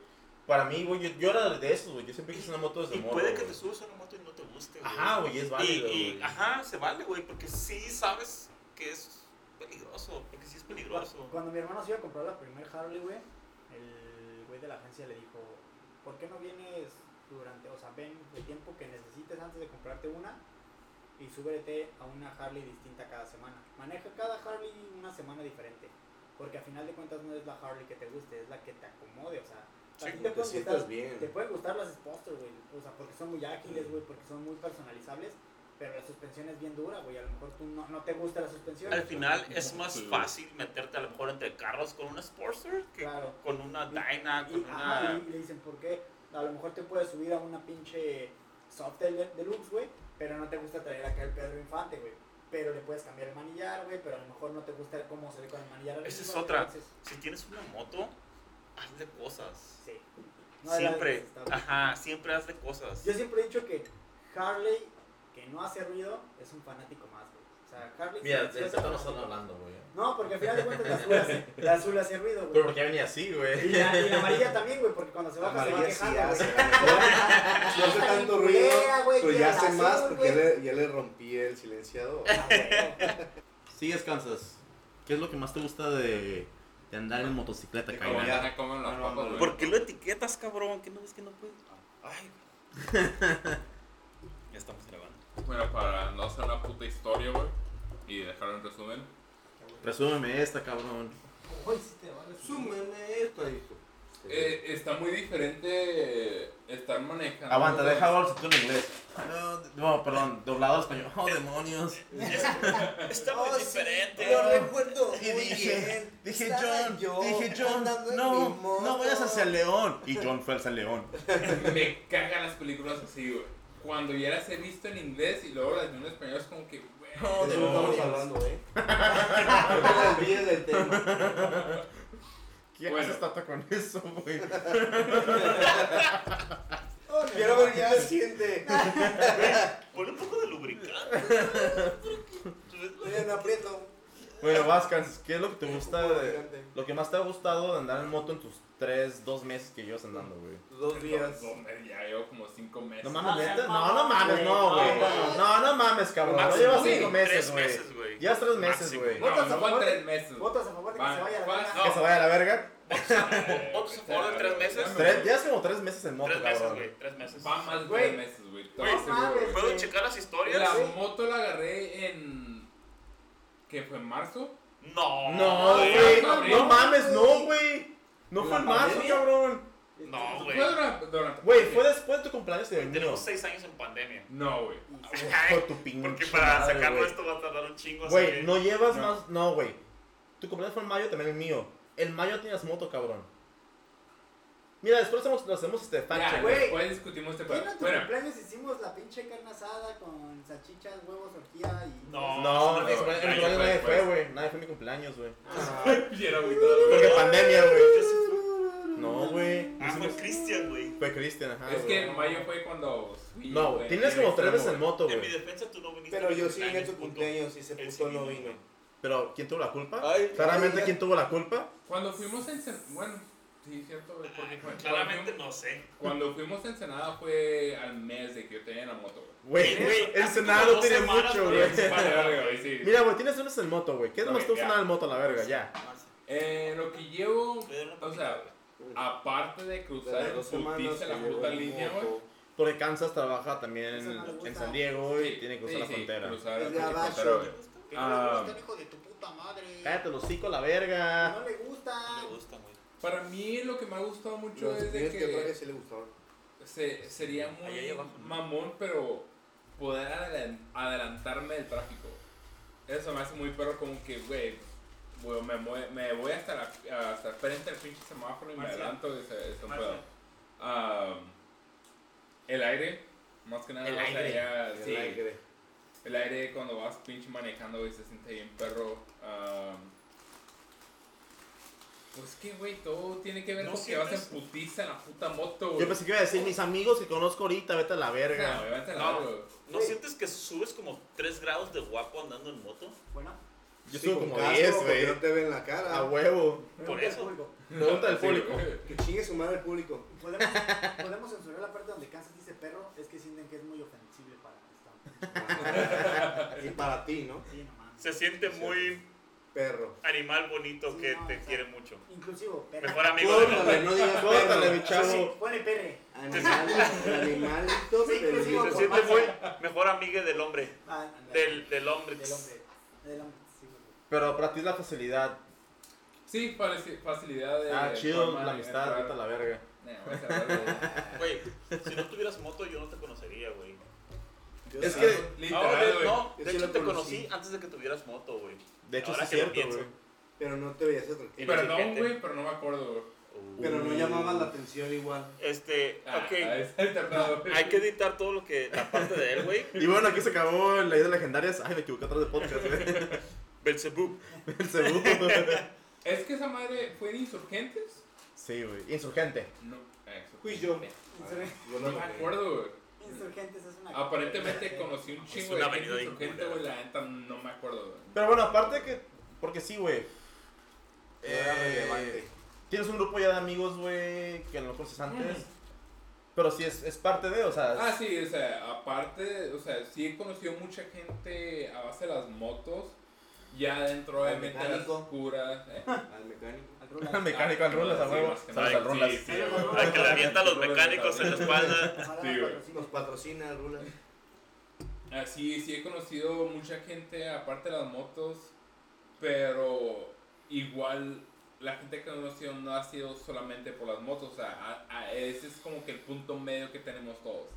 C: Para mí, güey, yo, yo era de esos, güey. Yo siempre quise una moto desde
A: Y
C: morro,
A: puede que
C: güey.
A: te subas a una moto y no te guste, güey.
C: Ajá, güey, es
A: Y-
C: válido,
A: y,
C: güey.
A: ajá, se vale, güey, porque sí sabes que es peligroso, porque sí es peligroso.
B: Cuando mi hermano se iba a comprar la primer Harley, güey, el güey de la agencia le dijo, ¿por qué no vienes durante, o sea, ven el tiempo que necesites antes de comprarte una y súbete a una Harley distinta cada semana? Maneja cada Harley una semana diferente, porque a final de cuentas no es la Harley que te guste, es la que te acomode, o sea, a
A: Sí,
B: ti
E: te
B: pueden
E: sientas
B: gustar-
E: bien.
B: te pueden gustar las Sportster, güey, o sea, porque son muy ágiles, güey, porque son muy personalizables, pero la suspensión es bien dura, güey, a lo mejor tú no, no te gusta la suspensión.
A: Al final es más
D: Sí.
A: fácil meterte a lo mejor entre carros con una Sportster que
B: Claro.
A: con una Dyna,
B: Y,
A: con
B: ajá,
A: una...
B: y le dicen, ¿por qué? A lo mejor te puedes subir a una pinche Softail de- deluxe, güey, pero no te gusta traer acá el Pedro Infante, güey. Pero le puedes cambiar el manillar, güey, pero a lo mejor no te gusta cómo se ve con el manillar. al
A: Esa es
B: mismo,
A: otra.
B: entonces,
A: Si tienes una moto, hazle cosas.
B: sí. No adelantes,
A: Siempre,
B: está bien.
A: ajá, siempre hazle cosas.
B: Yo siempre he dicho que Harley, que no hace ruido, es un fanático más, güey. O sea, Harley...
C: Mira,
B: sí
C: de
B: es
C: eso
B: un
C: no están
B: fanático
C: hablando, güey.
B: más. No, porque al final de cuentas la azul hace, la azul hace ruido,
C: Pero
B: güey.
C: porque venía así,
B: Y
C: güey.
B: la, y la amarilla también, güey, porque cuando se baja se va
E: Amarilla sí
B: quejando, *laughs*
E: hace,
B: güey.
E: a lo mejor *laughs* no hace tanto ruido,
B: Culea, güey,
E: pero ya
B: queda
E: hace
B: la
E: más
B: azul,
E: porque ya
B: güey.
E: le, ya le rompí el silenciador.
B: Ah, güey.
C: *laughs* Sigues Kansas. ¿Qué es lo que más te gusta de, de andar en motocicleta,
D: De cómo
C: cabrón?
D: ya se comen los
C: No, no,
D: papas,
C: no,
D: güey.
A: ¿Por qué lo etiquetas, cabrón? ¿Qué no ves que no puedes? Ay.
B: *laughs*
A: ya estamos grabando.
D: Bueno, para no hacer una puta historia, güey, y dejarlo en resumen,
C: Presúmeme esta, cabrón.
B: Uy, sí te va a resumir.
E: Súmeme esto, hijo.
D: eh, está muy diferente eh, estar manejando.
C: Aguanta,
D: güey.
C: deja hablar tú en inglés. No, no, perdón, doblado al español. Oh, demonios.
A: Está
B: Ah,
A: muy
B: Oh,
A: diferente.
E: recuerdo
C: Y dije, dije
E: Estaba
C: John,
E: yo
C: dije John,
E: andando en mi
C: no,
E: moto.
C: no vayas hacia el león. Y John fue hacia el león.
D: Me cagan las películas así, güey. Cuando ya las he visto en inglés y luego las vi en español es como que, güey.
C: No,
E: De eso estamos hablando, *laughs* eh. No te desvíes del tema.
C: ¿Qué
D: Bueno.
C: haces tata con eso, güey?
E: Quiero ver ya el siguiente.
A: Pon un poco de lubricante.
E: Oye, no aprieto.
C: Bueno, Vascans, ¿qué es lo que te gusta de,
E: Lubricante.
C: lo que más te ha gustado de andar en moto en tus tres, dos meses que llevas andando, güey?
E: Dos días.
D: No, no, ya llevo como cinco meses.
C: No
B: No
C: mames,
B: seas
C: neta. No,
B: mamón,
C: no mames, no,
B: güey.
C: güey.
B: No,
C: No, no mames, cabrón. *laughs* No
D: Máximo,
C: llevas
D: güey,
C: cinco meses,
A: Tres
C: güey.
A: meses, güey.
C: Llevas tres meses,
A: Máximo.
C: güey.
D: No,
B: ¿Cuántas
D: no van
B: horas?
D: tres meses. güey.
B: ¿Votas a favor de que
D: Va,
B: se vaya a la
D: va,
B: verga?
D: no.
C: Que se vaya a la verga.
A: Otro support de tres meses.
C: Tres- ya hace como tres meses en moto,
A: Tres meses,
C: cabrón.
A: güey. Tres meses.
D: Va más de
B: Güey.
D: tres meses, güey. te lo
A: Güey,
D: aseguro,
B: mames.
D: güey.
A: ¿Puedo checar las historias?
D: La moto la agarré en. ¿Qué fue? ¿En marzo?
A: No.
C: No,
A: güey.
C: güey.
D: no,
C: No
D: no,
C: mames, no, güey. No
D: La
C: fue en marzo,
D: pandemia.
C: cabrón.
A: No,
D: ¿Fue
A: güey.
D: durante, durante-
C: Güey, fue después de tu cumpleaños de año.
A: Tenemos seis años en pandemia.
D: No, güey.
C: Por tu pinche
A: Porque para
C: madre,
A: sacarlo
C: güey.
A: esto va a tardar un chingo. así que-
C: Güey, no llevas
D: No.
C: más. No, güey. Tu cumpleaños fue en mayo, también el mío. En mayo tenías moto, cabrón. Mira, después hacemos, lo hacemos este fact
D: Ya,
C: check.
B: güey.
D: después discutimos este
B: ¿Qué en
D: pedo.
B: tu
D: Bueno,
B: cumpleaños hicimos la pinche carne asada con salchichas, huevos, orgía y...
A: No.
C: No,
A: no,
C: mi
A: no, no,
C: cumpleaños- mi cumpleaños
D: no,
C: nadie
D: no,
C: fue,
D: no.
C: güey. Nadie fue mi cumpleaños, güey.
D: *laughs* y era muy todo, güey.
C: Porque pandemia,
A: Yo
C: güey.
A: sí fui-
C: No, güey.
A: Ah, fue Cristian, güey.
C: Fue Cristian, ajá.
D: Es
C: güey.
D: que en mayo fue cuando. fui,
C: No,
D: güey,
C: güey. Tienes
D: en el
C: como tres veces en
D: extremo,
C: moto,
A: En mi
C: güey.
A: defensa tú no viniste.
E: Pero
A: a mi
E: yo sí vine a tu
A: punto.
E: cumpleaños y ese
A: Él
E: puto
A: sí
E: no
A: vino,
E: vino.
C: Pero, ¿quién tuvo la culpa?
E: Ay,
C: Claramente,
E: ay,
C: ¿quién tuvo la culpa?
D: güey. Cuando fuimos en. Sen- Bueno, sí, cierto, güey. Porque fue-
A: Claramente no sé.
D: Cuando fuimos a Ensenada fue al mes de que yo tenía la moto,
C: *laughs*
D: güey.
C: Güey,
A: Güey,
C: el
A: hace
C: Senado
A: como dos
C: tiene
A: semanas,
C: mucho,
A: güey.
C: güey.
D: *laughs* Vale, vale, güey, sí.
C: Mira, güey, tienes unas en moto, güey. ¿Qué es
D: Ok,
C: más tú
D: ya.
C: una en moto a la verga? Ya.
D: Eh, lo que llevo,
A: Me dieron una
D: o sea, aparte de
E: De
D: cruzar
E: las
D: en
E: dos semanas
D: putiza la
E: que llevo
D: puta
E: en
D: línea, güey.
E: moto.
C: Porque Kansas trabaja también
B: Eso no le
C: en,
B: gusta.
C: en San Diego y tiene que cruzar
D: sí,
C: la
D: sí,
C: frontera.
D: cruzar
E: Es de
D: la
E: abajo.
D: frontera, güey.
B: Que
D: Ah.
B: no le gustan, este hijo de tu puta madre.
C: Cállate los hocico, la
B: Que
C: verga.
B: No le gustan.
A: Me gusta, güey.
D: Para mí lo que me ha gustado mucho
E: Los
D: es de
E: señores que traje
D: que
E: sí le gustaban.
D: se- sería
A: Ahí, ahí
D: muy
A: abajo, ¿no?
D: mamón, pero poder adelan- adelantarme del tráfico. Eso me hace muy perro como que, güey, güey, me, mue- me voy hasta, la, hasta frente al pinche semáforo y me
A: Marcial.
D: adelanto. y se- se
A: Marcial.
D: puedo. Ah, el aire, más que nada.
A: El
D: o sea,
A: aire.
D: ya-
E: El
D: sí.
E: aire.
D: El aire cuando vas pinche manejando y se siente bien perro. ah, pues que, güey, todo tiene que ver
A: No
D: con que vas en
A: sientes-
D: putiza en la puta moto, güey.
C: Yo pensé que iba a decir mis amigos que conozco ahorita, vete a la
D: No,
C: verga.
D: güey, vete a la
A: No.
D: verga, güey.
A: ¿No sientes que subes como 3 grados de guapo andando en moto?
B: Bueno,
C: Yo
E: Sí,
C: subo
E: con
C: como
E: casco, Ah,
C: 10,
E: porque
C: güey.
E: No te ven la cara.
C: A huevo.
A: Por
B: pregunta al
A: eso.
B: público.
C: Pregunta del
D: Sí,
C: público.
D: güey.
E: Que chingue su madre el *laughs* público.
B: ¿Podemos, podemos censurar la parte donde Kansas dice perro, es que sienten que es muy ofensible para esta.
E: y para ti, ¿no?
B: Sí, no mames.
A: Se siente muy
E: Perro.
A: animal bonito
B: Sí,
A: que
B: no,
A: te
B: o sea,
A: quiere mucho.
B: Inclusivo, perro.
A: Mejor amigo de la
E: Córtale, no digas
C: Córtale, mi
E: perro.
C: chavo.
B: Ponle perre.
E: Animalitos, animalitos
B: Sí, inclusivo,
A: Se
E: felices.
A: siente muy mejor amiga del hombre.
B: Ah, ándale.
A: Del, del hombre.
B: Del hombre. Del hombre, sí, güey.
C: Pero para ti es la facilidad.
D: Sí, faci- facilidad de.
C: Ah, chido,
D: forma
C: la
D: de
C: amistad,
D: entrar.
C: vete a la verga.
D: No, vete a la verga.
A: Güey, si no tuvieras moto yo no te conocería, güey.
E: Yo
C: *laughs* Es
E: sí.
C: que-
A: Ahora,
D: Literal, Ah, güey.
A: Ah, no,
E: Yo
A: de
E: sí
A: hecho
E: lo
A: te
E: conocí.
A: conocí antes de que tuvieras moto, güey.
C: De hecho, sí
A: Ahora
C: es
A: que lo
C: cierto,
A: pienso.
C: güey.
E: Pero no te veías tranquilo.
D: Perdón,
A: Inteligente.
D: güey, pero no me acuerdo, güey.
E: Pero no
C: Uh.
E: llamabas la atención igual.
A: Este,
D: Ah,
A: ok,
D: está internado, güey.
A: hay que editar todo lo que, la parte de él, güey.
C: Y bueno, aquí se acabó la idea de legendarias. Ay, me equivoqué atrás de podcast, güey.
D: *laughs*
A: Belzebub.
C: El segundo.
D: Es que esa madre fue de insurgentes.
C: Sí, güey. Insurgente.
D: No,
C: ah,
D: eh,
E: Pues yo.
B: Insurg-
E: Yo
D: No me acuerdo, güey.
B: Insurgentes es una.
D: Aparentemente conocí un
A: Es
D: chingo
A: una
D: de
A: avenida
D: gente
A: de
D: insurgente,
A: culera.
D: güey, la neta no me acuerdo, güey.
C: Pero bueno, aparte que. Porque sí, güey.
E: No era
C: Eh,
E: relevante.
C: Tienes un grupo ya de amigos, güey, que a lo mejor es antes. Pero sí es, es parte de, o sea.
D: Mm. Ah, sí, o sea, aparte, o sea, sí he conocido mucha gente a base de las motos. Ya dentro,
E: Al
D: obviamente, las
E: mecánico.
D: curas. eh.
E: Al mecánico.
B: Al Roland.
C: el mecánico
A: Ah,
C: al rulas, a
D: ah, Sí,
C: huevo.
D: más que
C: Sabes
D: nada.
C: al rulas.
D: Sí, sí,
B: Al
D: güey.
B: Roland.
A: La que le avientan los mecánicos en la espalda.
B: Ojalá
D: Sí, güey.
B: patrocine.
E: Nos patrocina Rula.
D: Así, Ah, sí he conocido mucha gente aparte de las motos, pero igual la gente que he conocido no ha sido solamente por las motos, o sea, a- a- ese es como que el punto medio que tenemos todos.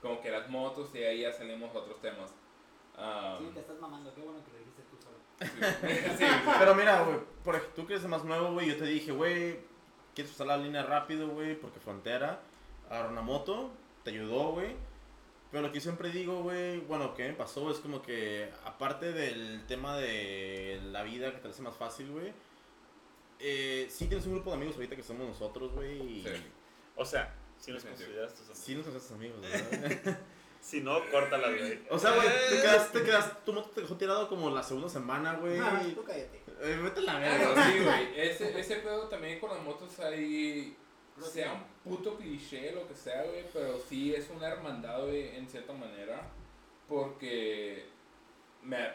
D: Como que las motos y ahí ya salimos a otros temas. Ah,
B: Sí, te estás mamando, qué bueno que lo dijiste tú solo.
D: sí, sí,
C: Pero mira, güey, por ej- tú que eres el más nuevo, güey, yo te dije, güey, quieres usar la línea rápido, güey, porque frontera, agarrar una moto, te ayudó, güey. Pero lo que yo siempre digo, güey, bueno, que me pasó es como que, aparte del tema de la vida que te la hace más fácil, güey, eh, sí tienes un grupo de amigos ahorita que somos nosotros, güey, y
D: sí.
A: O sea, si nos
D: Sí, sí.
A: consideras tus amigos.
C: sí nos haces amigos, ¿verdad?
A: Si no, córtala, güey.
C: *laughs*
A: Eh,
C: o sea,
A: *laughs*
C: güey, te quedas, te quedas, tu moto te dejó tirado como la segunda semana, güey.
B: Ah, tú cállate.
C: Eh, vete a la
D: Ah, *laughs*
C: verga,
D: no,
E: *laughs*
D: sí, güey. Ese, ese pedo también con las motos ahí.
B: Pero sí.
D: Sea un puto cliché, lo que sea, güey. Pero sí es una hermandad, güey, en cierta manera. Porque. Me,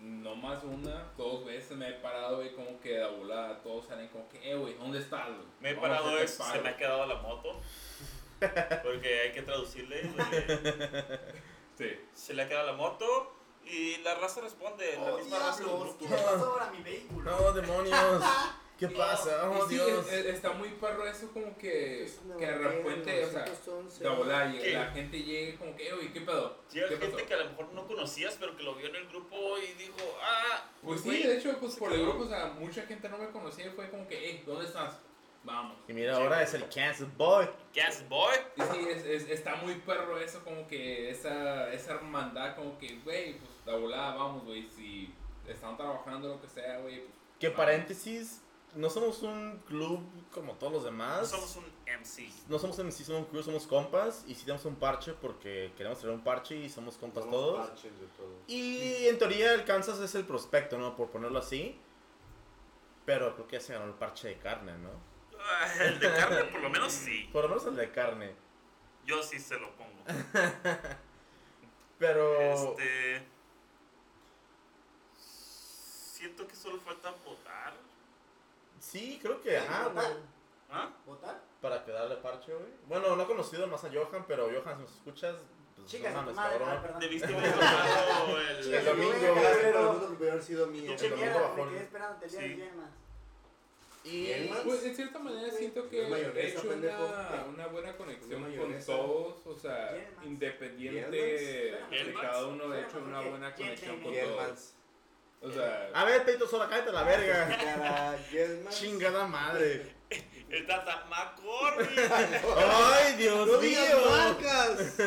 D: no más una, dos veces me he parado, güey, como que de la volada, todos salen como que, eh, güey, ¿dónde estás, güey?
A: Me he
D: Vamos a
A: parado,
D: hacer
A: es, se
D: paro.
A: me ha quedado la moto. Porque hay que traducirle. porque
D: Sí.
A: se le ha quedado la moto y la raza responde. la
B: ¡Oh,
A: misma raza del
B: diablos!
A: grupo.
B: ¿Qué le pasó ahora a mi vehículo?
C: No, demonios.
A: *laughs*
C: ¿Qué pasa? Oh,
D: Sí,
C: Dios.
D: es- es- está muy perro eso como que,
E: Es una
D: que de
E: bandera,
D: repente, o sea,
E: 911.
D: de volada, llega-
A: ¿Qué?
D: la gente llega como que, eh, güey, ¿qué pedo?
A: Llega
D: ¿Qué
A: gente
D: pasó?
A: que a lo mejor no conocías, pero que lo vio en el grupo y dijo, ah,
D: Pues sí,
A: güey,
D: de hecho, pues por el grupo, o sea, mucha gente no me conocía y fue como que, hey, ¿dónde estás? Vamos.
C: Y mira, ahora es el Kansas Boy.
A: ¿qué haces, boy?
D: Y sí, es, es- está muy perro eso, como que esa, esa hermandad, como que, güey, pues la volada, vamos, güey, si están trabajando lo que sea, güey, pues.
C: Que
D: vamos.
C: paréntesis, no somos un club como todos los
A: No
C: demás.
A: somos un MC.
C: No somos en sí, somos un club, somos compas y sí tenemos un parche porque queremos tener un parche y somos compas
E: Somos
C: todos.
E: parches de todo.
C: Y en teoría el Kansas es el prospecto, ¿no? Por ponerlo así. Pero creo que ya se ganó el parche de carne, ¿no?
A: Ah, El de carne, por lo menos sí.
C: Por lo menos el de carne.
A: Yo sí se lo pongo.
C: Pero...
A: Este. Siento que solo falta votar.
C: Sí, creo que... Ajá, güey.
A: ¿Ah?
B: ¿Votar?
C: Para quedarle parche, güey. Bueno, no he conocido más a Johan, pero Johan, si nos escuchas... Pues,
B: Chicas,
C: no
B: a tu
C: mames,
B: madre.
C: cabrón.
B: Ah, perdón.
A: Debiste
C: *laughs*
A: haber *laughs* votado el.
C: El domingo.
E: Yo
B: Pero-
E: gracias por el mundo que hubiera sido mío.
B: Che,
C: el domingo
B: mierda,
C: bajó
B: me
C: el-
B: quedé esperando el día
A: Sí.
B: de yemas.
C: Y...
E: ¿Quién más?
D: Pues en cierta manera siento que
E: Yo
D: he
E: mayonesa,
D: hecho
E: pendejo.
D: una, una buena conexión
E: Yo
D: con
E: mayonesa.
D: todos, o sea,
B: Yelmans.
D: independiente
E: Yelmans.
D: de
A: Yelmans.
D: cada uno, he hecho
B: Espérame,
D: una
B: porque
D: buena
B: ¿quién
D: conexión
B: tiene
D: con todos.
E: Yelmans.
D: O sea,
C: A ver, Peito Sola, cállate a la verga.
E: Ah, Cara, Yelmans.
C: Chingada madre.
A: El Tata McCormick.
C: ¡Ay, Dios
E: ¡No digas
C: mío! *laughs*
E: marcas!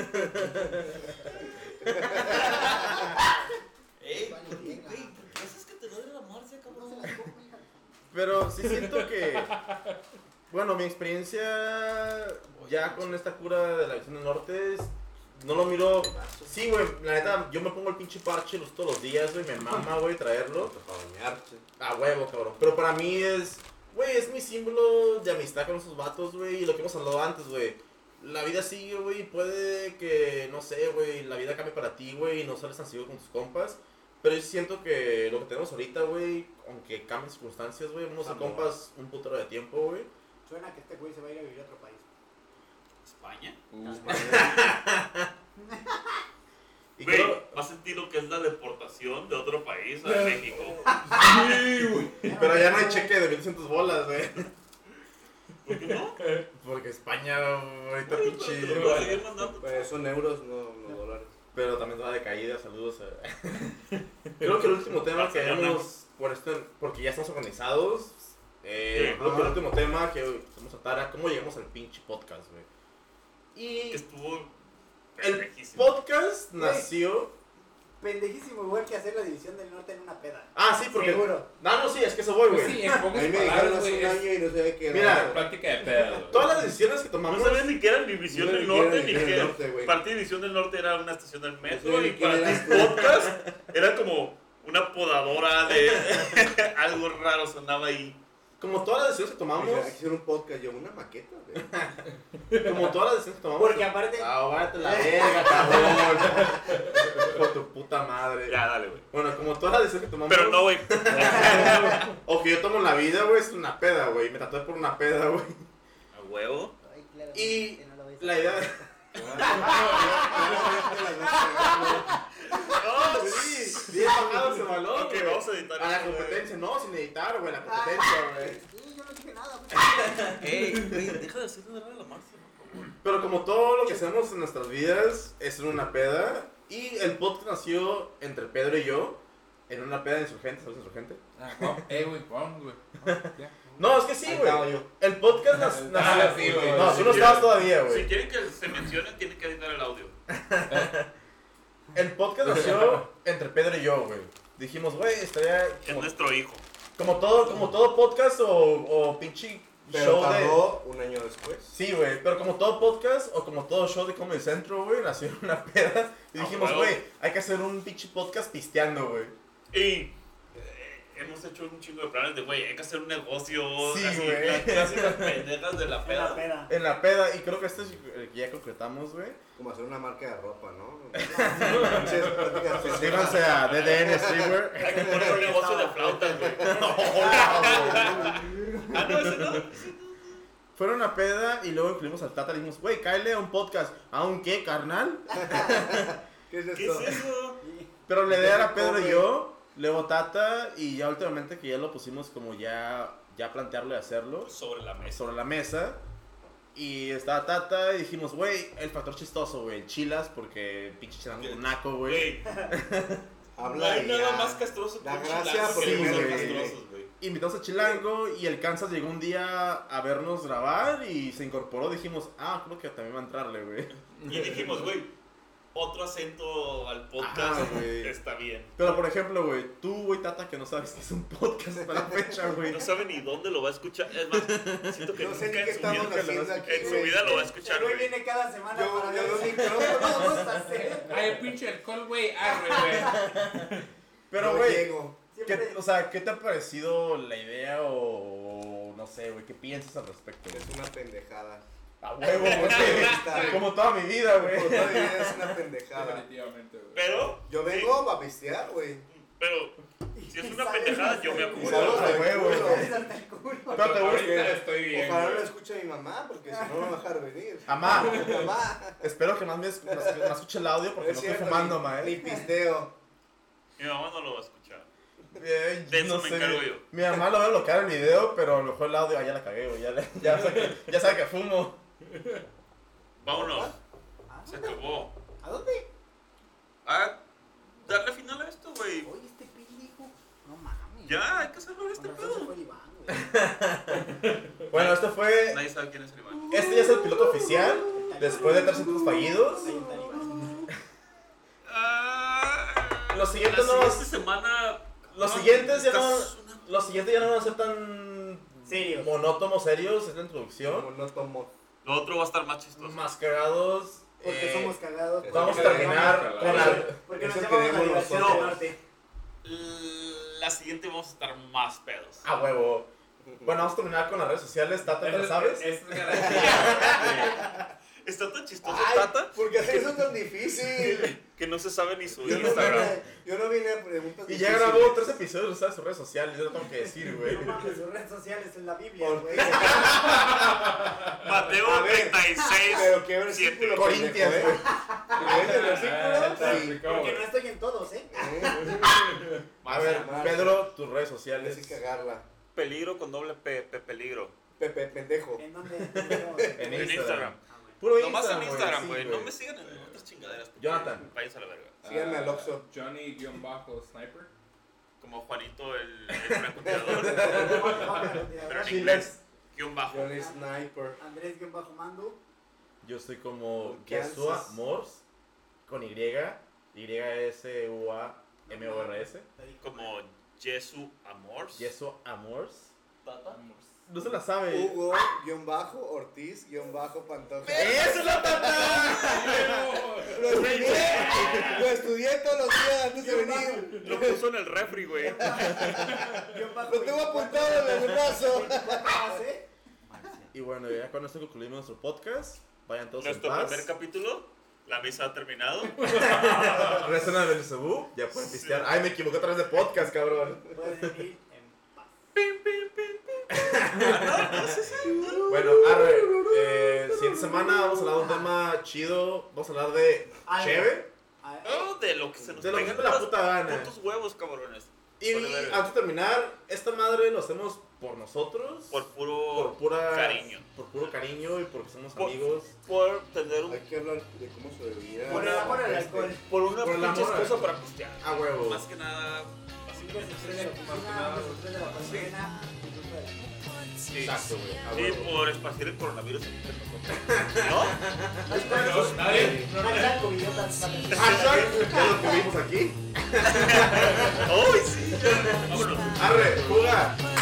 F: Ey,
B: Vale,
F: güey,
B: venga.
F: ¿qué haces que te duele la marcia,
B: No
F: cabrón?
B: se las come.
C: Pero sí siento que. Bueno, mi experiencia ya con esta cura de la visión del norte es- no lo miro. Sí, güey, la neta, yo me pongo el pinche parche los todos los días, güey, me mama, güey, traerlo.
E: Para bañarte.
C: A huevo, cabrón. Pero para mí es, güey, es mi símbolo de amistad con esos vatos, güey, y lo que hemos hablado antes, güey. La vida sigue, güey, y puede que, no sé, güey, la vida cambie para ti, güey, y no sales tan seguido con tus compas. Pero yo siento que lo que tenemos ahorita, güey, aunque cambien circunstancias, güey, vamos a ser
E: Amor.
C: compas un putero de tiempo, güey.
B: Suena que este güey se va a ir a vivir a otro país.
F: España.
E: Pues,
C: Y
A: Güey,
C: creo- Pues,
A: va a sentir lo que es la deportación de otro país a México.
E: Ah,
C: Pero ya no hay cheque de 1200 bolas, güey.
A: ¿Por qué no?
C: *laughs* Porque España, güey, ahorita
A: Te
C: pinche.
A: lo voy a seguir mandando.
E: Pues son euros, no, no dólares.
C: Pero también va de caída, saludos. a-
A: *laughs*
C: creo que el último tema que
A: Barcelona.
C: haremos, por esto, porque ya estamos organizados, eh,
A: Sí.
C: creo que el último tema que hoy vamos a tratar era cómo llegamos al pinche podcast, güey.
A: Que
C: Y
A: estuvo.
C: el
A: pendejísimo.
C: podcast nació...
B: Pendejísimo igual que hacer la división del norte en una peda.
C: Ah, sí, porque...
B: Seguro.
C: No, no, sí, es que eso voy,
D: pues
C: güey.
D: sí, en
E: A
D: pocas
E: mí me
D: palabras,
E: dijeron
D: güey,
E: hace un
D: es
E: año y no sabía qué era.
C: Mira,
D: práctica de pedo. güey.
C: Todas las decisiones que
A: No
C: tomamos...
A: sabías ni qué era División
E: No
A: del
E: ni qué era
A: Norte, ni qué
E: División del
A: era.
E: Norte, güey.
A: Para ti, División del Norte era una estación del
E: No
A: metro,
E: sé
A: y
E: ni
A: para
E: quién
A: ti, *laughs* podcast era como una podadora de. *laughs* Algo raro sonaba ahí.
C: Como todas las decisiones que tomamos...
E: Vamos. Hicieron un podcast, yo, una maqueta, güey.
C: Como todas las decisiones que tomamos...
B: Porque aparte,
C: Ahogate la verga, cabrón.
A: *laughs*
C: Con tu puta madre.
A: Ya, dale, güey.
C: Bueno, como todas las decisiones que tomamos...
A: Pero no, güey.
C: O que yo tomo en la vida, güey, es una peda, güey. Me tatué por una peda, güey.
A: A huevo.
G: Ay, claro,
C: Y
G: que no lo ves.
C: La idea. ¡No! ¡Sí! 10 bajadas se valor.
A: Ok,
C: güey.
A: vamos a editar.
C: A la
A: esto, güey.
C: competencia, no, sin editar, güey, la competencia, güey.
B: sí, yo no dije nada. pues.
F: Ey, güey, deja de hacerle darle la marcia, por favor.
C: Pero como todo lo que hacemos en nuestras vidas es en una peda. Y el podcast nació entre Pedro y yo. En una peda de insurgente, ¿sabes insurgente?
D: Ah, vamos, eh, güey, vamos, güey. Vamos, ya.
C: No, es que sí,
E: Ahí
C: güey.
E: estaba yo.
C: El podcast nas-
D: Ah,
C: nació.
D: sí, güey.
C: No, tú no estabas todavía, güey.
A: Si quieren que se mencione, tienen que editar el audio.
C: El podcast nació entre Pedro y yo, güey. Dijimos, güey, estaría
A: Es
C: como,
A: nuestro hijo.
C: como todo, como todo podcast o, o pinche
E: Pero
C: show de.
E: tardó un año después.
C: Sí, güey, pero como todo podcast o como todo show de Comedy Central, güey, nació en una peda. Y
A: Ah,
C: dijimos,
A: huevo.
C: güey, hay que hacer un pinche podcast pisteando, güey.
A: Y eh, hemos hecho un chingo de planes de, güey, hay que hacer un negocio.
C: Sí,
A: así,
C: güey.
A: las clásicas pendejas de la
F: En la
A: peda.
F: peda.
C: En la peda, y creo que esto es el que ya concretamos, güey.
E: Como hacer una marca de ropa, ¿no? *laughs* Pinches prácticas pendejas.
C: Suscríbanse a DDN Streamer. *laughs*
A: Hay que poner un negocio de flautas, güey. Ah, no, ese no.
C: Fueron a peda y luego incluimos al Tata y dijimos, güey, cáele a un podcast. Aunque, carnal?
E: ¿Qué es
A: ¿Qué
E: esto?
A: es eso?
C: Pero la idea era Pedro y
E: Come.
C: yo, luego Tata, y ya últimamente que ya lo pusimos como ya, ya plantearlo y hacerlo
A: Sobre la mesa.
C: sobre la mesa. Y estaba Tata y dijimos, güey, el factor chistoso, güey, el chilas, porque pinche chilango un naco, güey.
A: Güey, no
E: Habla
A: hay
E: y
A: nada
E: ya.
A: más castroso
E: Da
A: un
E: gracia
A: chilango
E: por
A: que
C: sí,
A: los
C: güey.
A: castrosos, güey.
C: Invitamos a Chilango y el Kansas llegó un día a vernos grabar y se incorporó. Dijimos, ah, creo que también va a entrarle, güey.
A: Y dijimos, güey, otro acento al podcast
C: Ajá,
A: *laughs*
C: güey.
A: está bien.
C: Pero por ejemplo, güey, tú, güey, Tata, que no sabes que es un podcast para la fecha, güey.
A: No sabe ni dónde lo va a escuchar. Es más, siento que
E: No
A: nunca
E: sé ni qué
A: en su, vida,
E: estamos
C: nunca lo
E: haciendo
C: vas a
E: aquí.
A: en *laughs* su
E: güey.
A: vida lo va a escuchar,
B: El güey
A: güey.
B: viene cada semana para
E: Yo, yo
B: ver
E: los
B: qué
E: micrófonos.
B: vamos a hacer.
D: Ay, pinche alcohol, güey. Arre, güey.
C: Pero,
E: Yo
C: güey,
E: llego.
C: ¿qué-
B: Siempre
C: o sea, ¿qué te ha parecido la idea o, o no sé, güey? ¿Qué piensas al respecto? güey?
E: Es una pendejada.
C: A huevo,
E: *laughs*
C: güey. Como toda mi vida, güey.
E: Como toda mi vida es Pues, una pendejada.
D: Definitivamente, güey.
A: Pero,
E: Yo vengo a pistear, güey.
A: pero, si es una pendejada, yo me
E: Y salgo
A: apuro.
E: hasta el
C: huevo,
E: culo.
C: güey.
B: hasta el culo.
C: Pero te voy-
D: Ahorita estoy bien.
E: Ojalá lo
D: güey.
E: escuche mi mamá, porque si no, no me va a dejar venir.
C: Amá,
E: Mamá.
C: espero que más me, esc- más- más escuche el audio porque no estoy
E: cierto,
C: fumando,
E: ni-
C: ma,
E: Ni
C: eh.
E: pisteo.
A: Mi mamá no lo va a escuchar.
C: Eh,
A: de eso me encargo yo.
C: Mi mamá lo va a bloquear el video, pero a lo mejor el audio, ah, ya la cagué, güey. Ya, le- ya, sabe que- ya sabe que fumo.
A: Vámonos. Se acabó.
B: Ah, ¿A dónde?
A: Ah, darle final a esto, güey.
B: Oye, este pendejo. No mames.
A: Ya, hay que cerrar
B: Con
A: este
B: razón se fue
A: pedo.
B: el Iván, güey.
C: Bueno, esto fue.
A: Nadie sabe quién es el Iván.
C: Este ya es el piloto oficial. Después de 300 fallidos.
B: Ahí está el Iván.
A: Ah,
C: Lo siguiente
A: la
C: no
A: siguiente
C: es-
A: semana.
C: Los
A: no,
C: siguientes ya no.
A: estás una-
C: Los siguientes ya no van a ser tan.
B: Serios.
C: Monótomos, serios. Es la introducción.
E: Como no tomo.
A: Lo otro va a estar más chistoso.
C: Mascarados.
B: Porque
C: eh,
B: somos cagados.
C: Vamos a
B: porque-
C: terminar con la.
B: Porque nos
E: Eso
B: llamamos a
E: queremos
B: Universidad del
E: nosotros.
B: Norte.
A: La siguiente vamos a estar más pedos.
C: A huevo. Bueno, vamos a terminar con las redes sociales. Tata, ¿ya
D: Eso-
C: lo sabes?
D: Eso es garantía.
A: *laughs* Está tan chistoso,
E: Ay,
A: Tata,
E: porque hacer eso es
C: *laughs*
E: tan difícil.
A: que no se sabe ni su
E: Yo no,
A: Instagram.
E: vine, yo no vine a preguntas.
C: Y ya
E: difíciles.
C: grabó tres episodios, lo sabes, sus redes sociales, yo lo tengo que decir, güey.
B: No mames, sus redes sociales en la Biblia,
E: ¿Por
B: güey.
E: qué?
A: Mateo
E: A ver,
A: 36.
E: Pero qué versículo.
C: Corintias,
E: pendejo, ¿eh? ¿Ves el
D: Ah, te
E: versículo? Sí.
D: aplicó,
B: Porque no
D: güey.
B: estoy en todos, ¿eh?
E: ¿Eh?
C: A ver,
E: Madre.
C: Pedro, tus redes sociales.
E: Tienes que cagarla.
A: Peligro con doble P, P, peligro.
E: Pepe, pendejo.
B: ¿En dónde? Ah,
A: En
C: En Instagram.
A: Instagram.
B: güey.
C: Puro
A: Nomás en
C: güey,
A: Instagram,
C: sí,
A: güey. No me sigan en otras chingaderas. porque
C: Jonathan.
A: Váyanse a la verga.
E: Síganme al Oxxo.
D: Ah, Johnny-Sniper.
A: Como Juanito el, el francotirador.
B: *laughs*
A: Pero en inglés. Guión bajo.
E: Johnny Sniper.
B: Andrés guión bajo mando.
C: Yo soy como
E: Kansas.
C: Yeshua Morse con Y, Y-S-U-A-M-O-R-S.
A: Como Jesu Amors.
C: Yeshua Amors.
A: Tata.
C: No se la sabe.
A: Uh,
E: Hugo, guión bajo, Ortiz, guión bajo, Pantoja.
C: ¡Eso es la tata!
E: ¿Eh? Lo estudié, lo estudié todos los días antes de venir.
A: Lo puso en el refri, güey.
B: Guión bajo
E: Lo tengo
B: 24,
E: apuntado en el brazo.
B: 24 horas, ¿eh?
C: Y bueno, ya con esto concluimos nuestro podcast. Vayan todos
A: Nuestro
C: en
A: primer
C: paz.
A: capítulo. La misa ha *laughs* terminado.
C: *laughs* Recen a Belcebú. Ya pueden pistear. Ay, me equivoqué otra vez de podcast, cabrón.
B: Pueden ir en paz.
C: *laughs* Bueno, arre, eh, siguiente semana vamos a hablar de un tema chido, vamos a hablar de
B: Algo.
C: Cheve,
B: Ah,
A: No, de lo que se nos
C: de lo que
A: pega
C: te la puta gana.
A: Putos huevos, cabrones.
C: Y
A: Vale, vale.
C: antes de terminar, esta madre lo hacemos por nosotros,
A: Por
C: por
A: puro.
C: pura
A: cariño.
C: por puro cariño y porque somos
A: Por-
C: amigos.
A: Por tener un.
E: Hay que hablar de cómo sobrevivir. a-
B: Por el amor al
E: Este,
B: alcohol.
A: Por una
C: Por el
A: pinche
C: amor. ¿eh?
A: excusa para pistear.
C: A huevo.
A: Más que nada.
B: Cinco se estrena la oficina, dos se estrena la cuarentena, cinco de la-
A: Sí.
C: Exacto, güey. A
A: Sí,
C: huevo.
A: por esparcir el coronavirus
C: *laughs*
A: entre nosotros. ¿No?
D: No, nadie.
B: Hashtag covidiotas, vale.
C: Hashtag, ya lo tuvimos aquí.
A: ¡Ay, sí! ya. Vámonos.
C: Ah, Arre, fuga.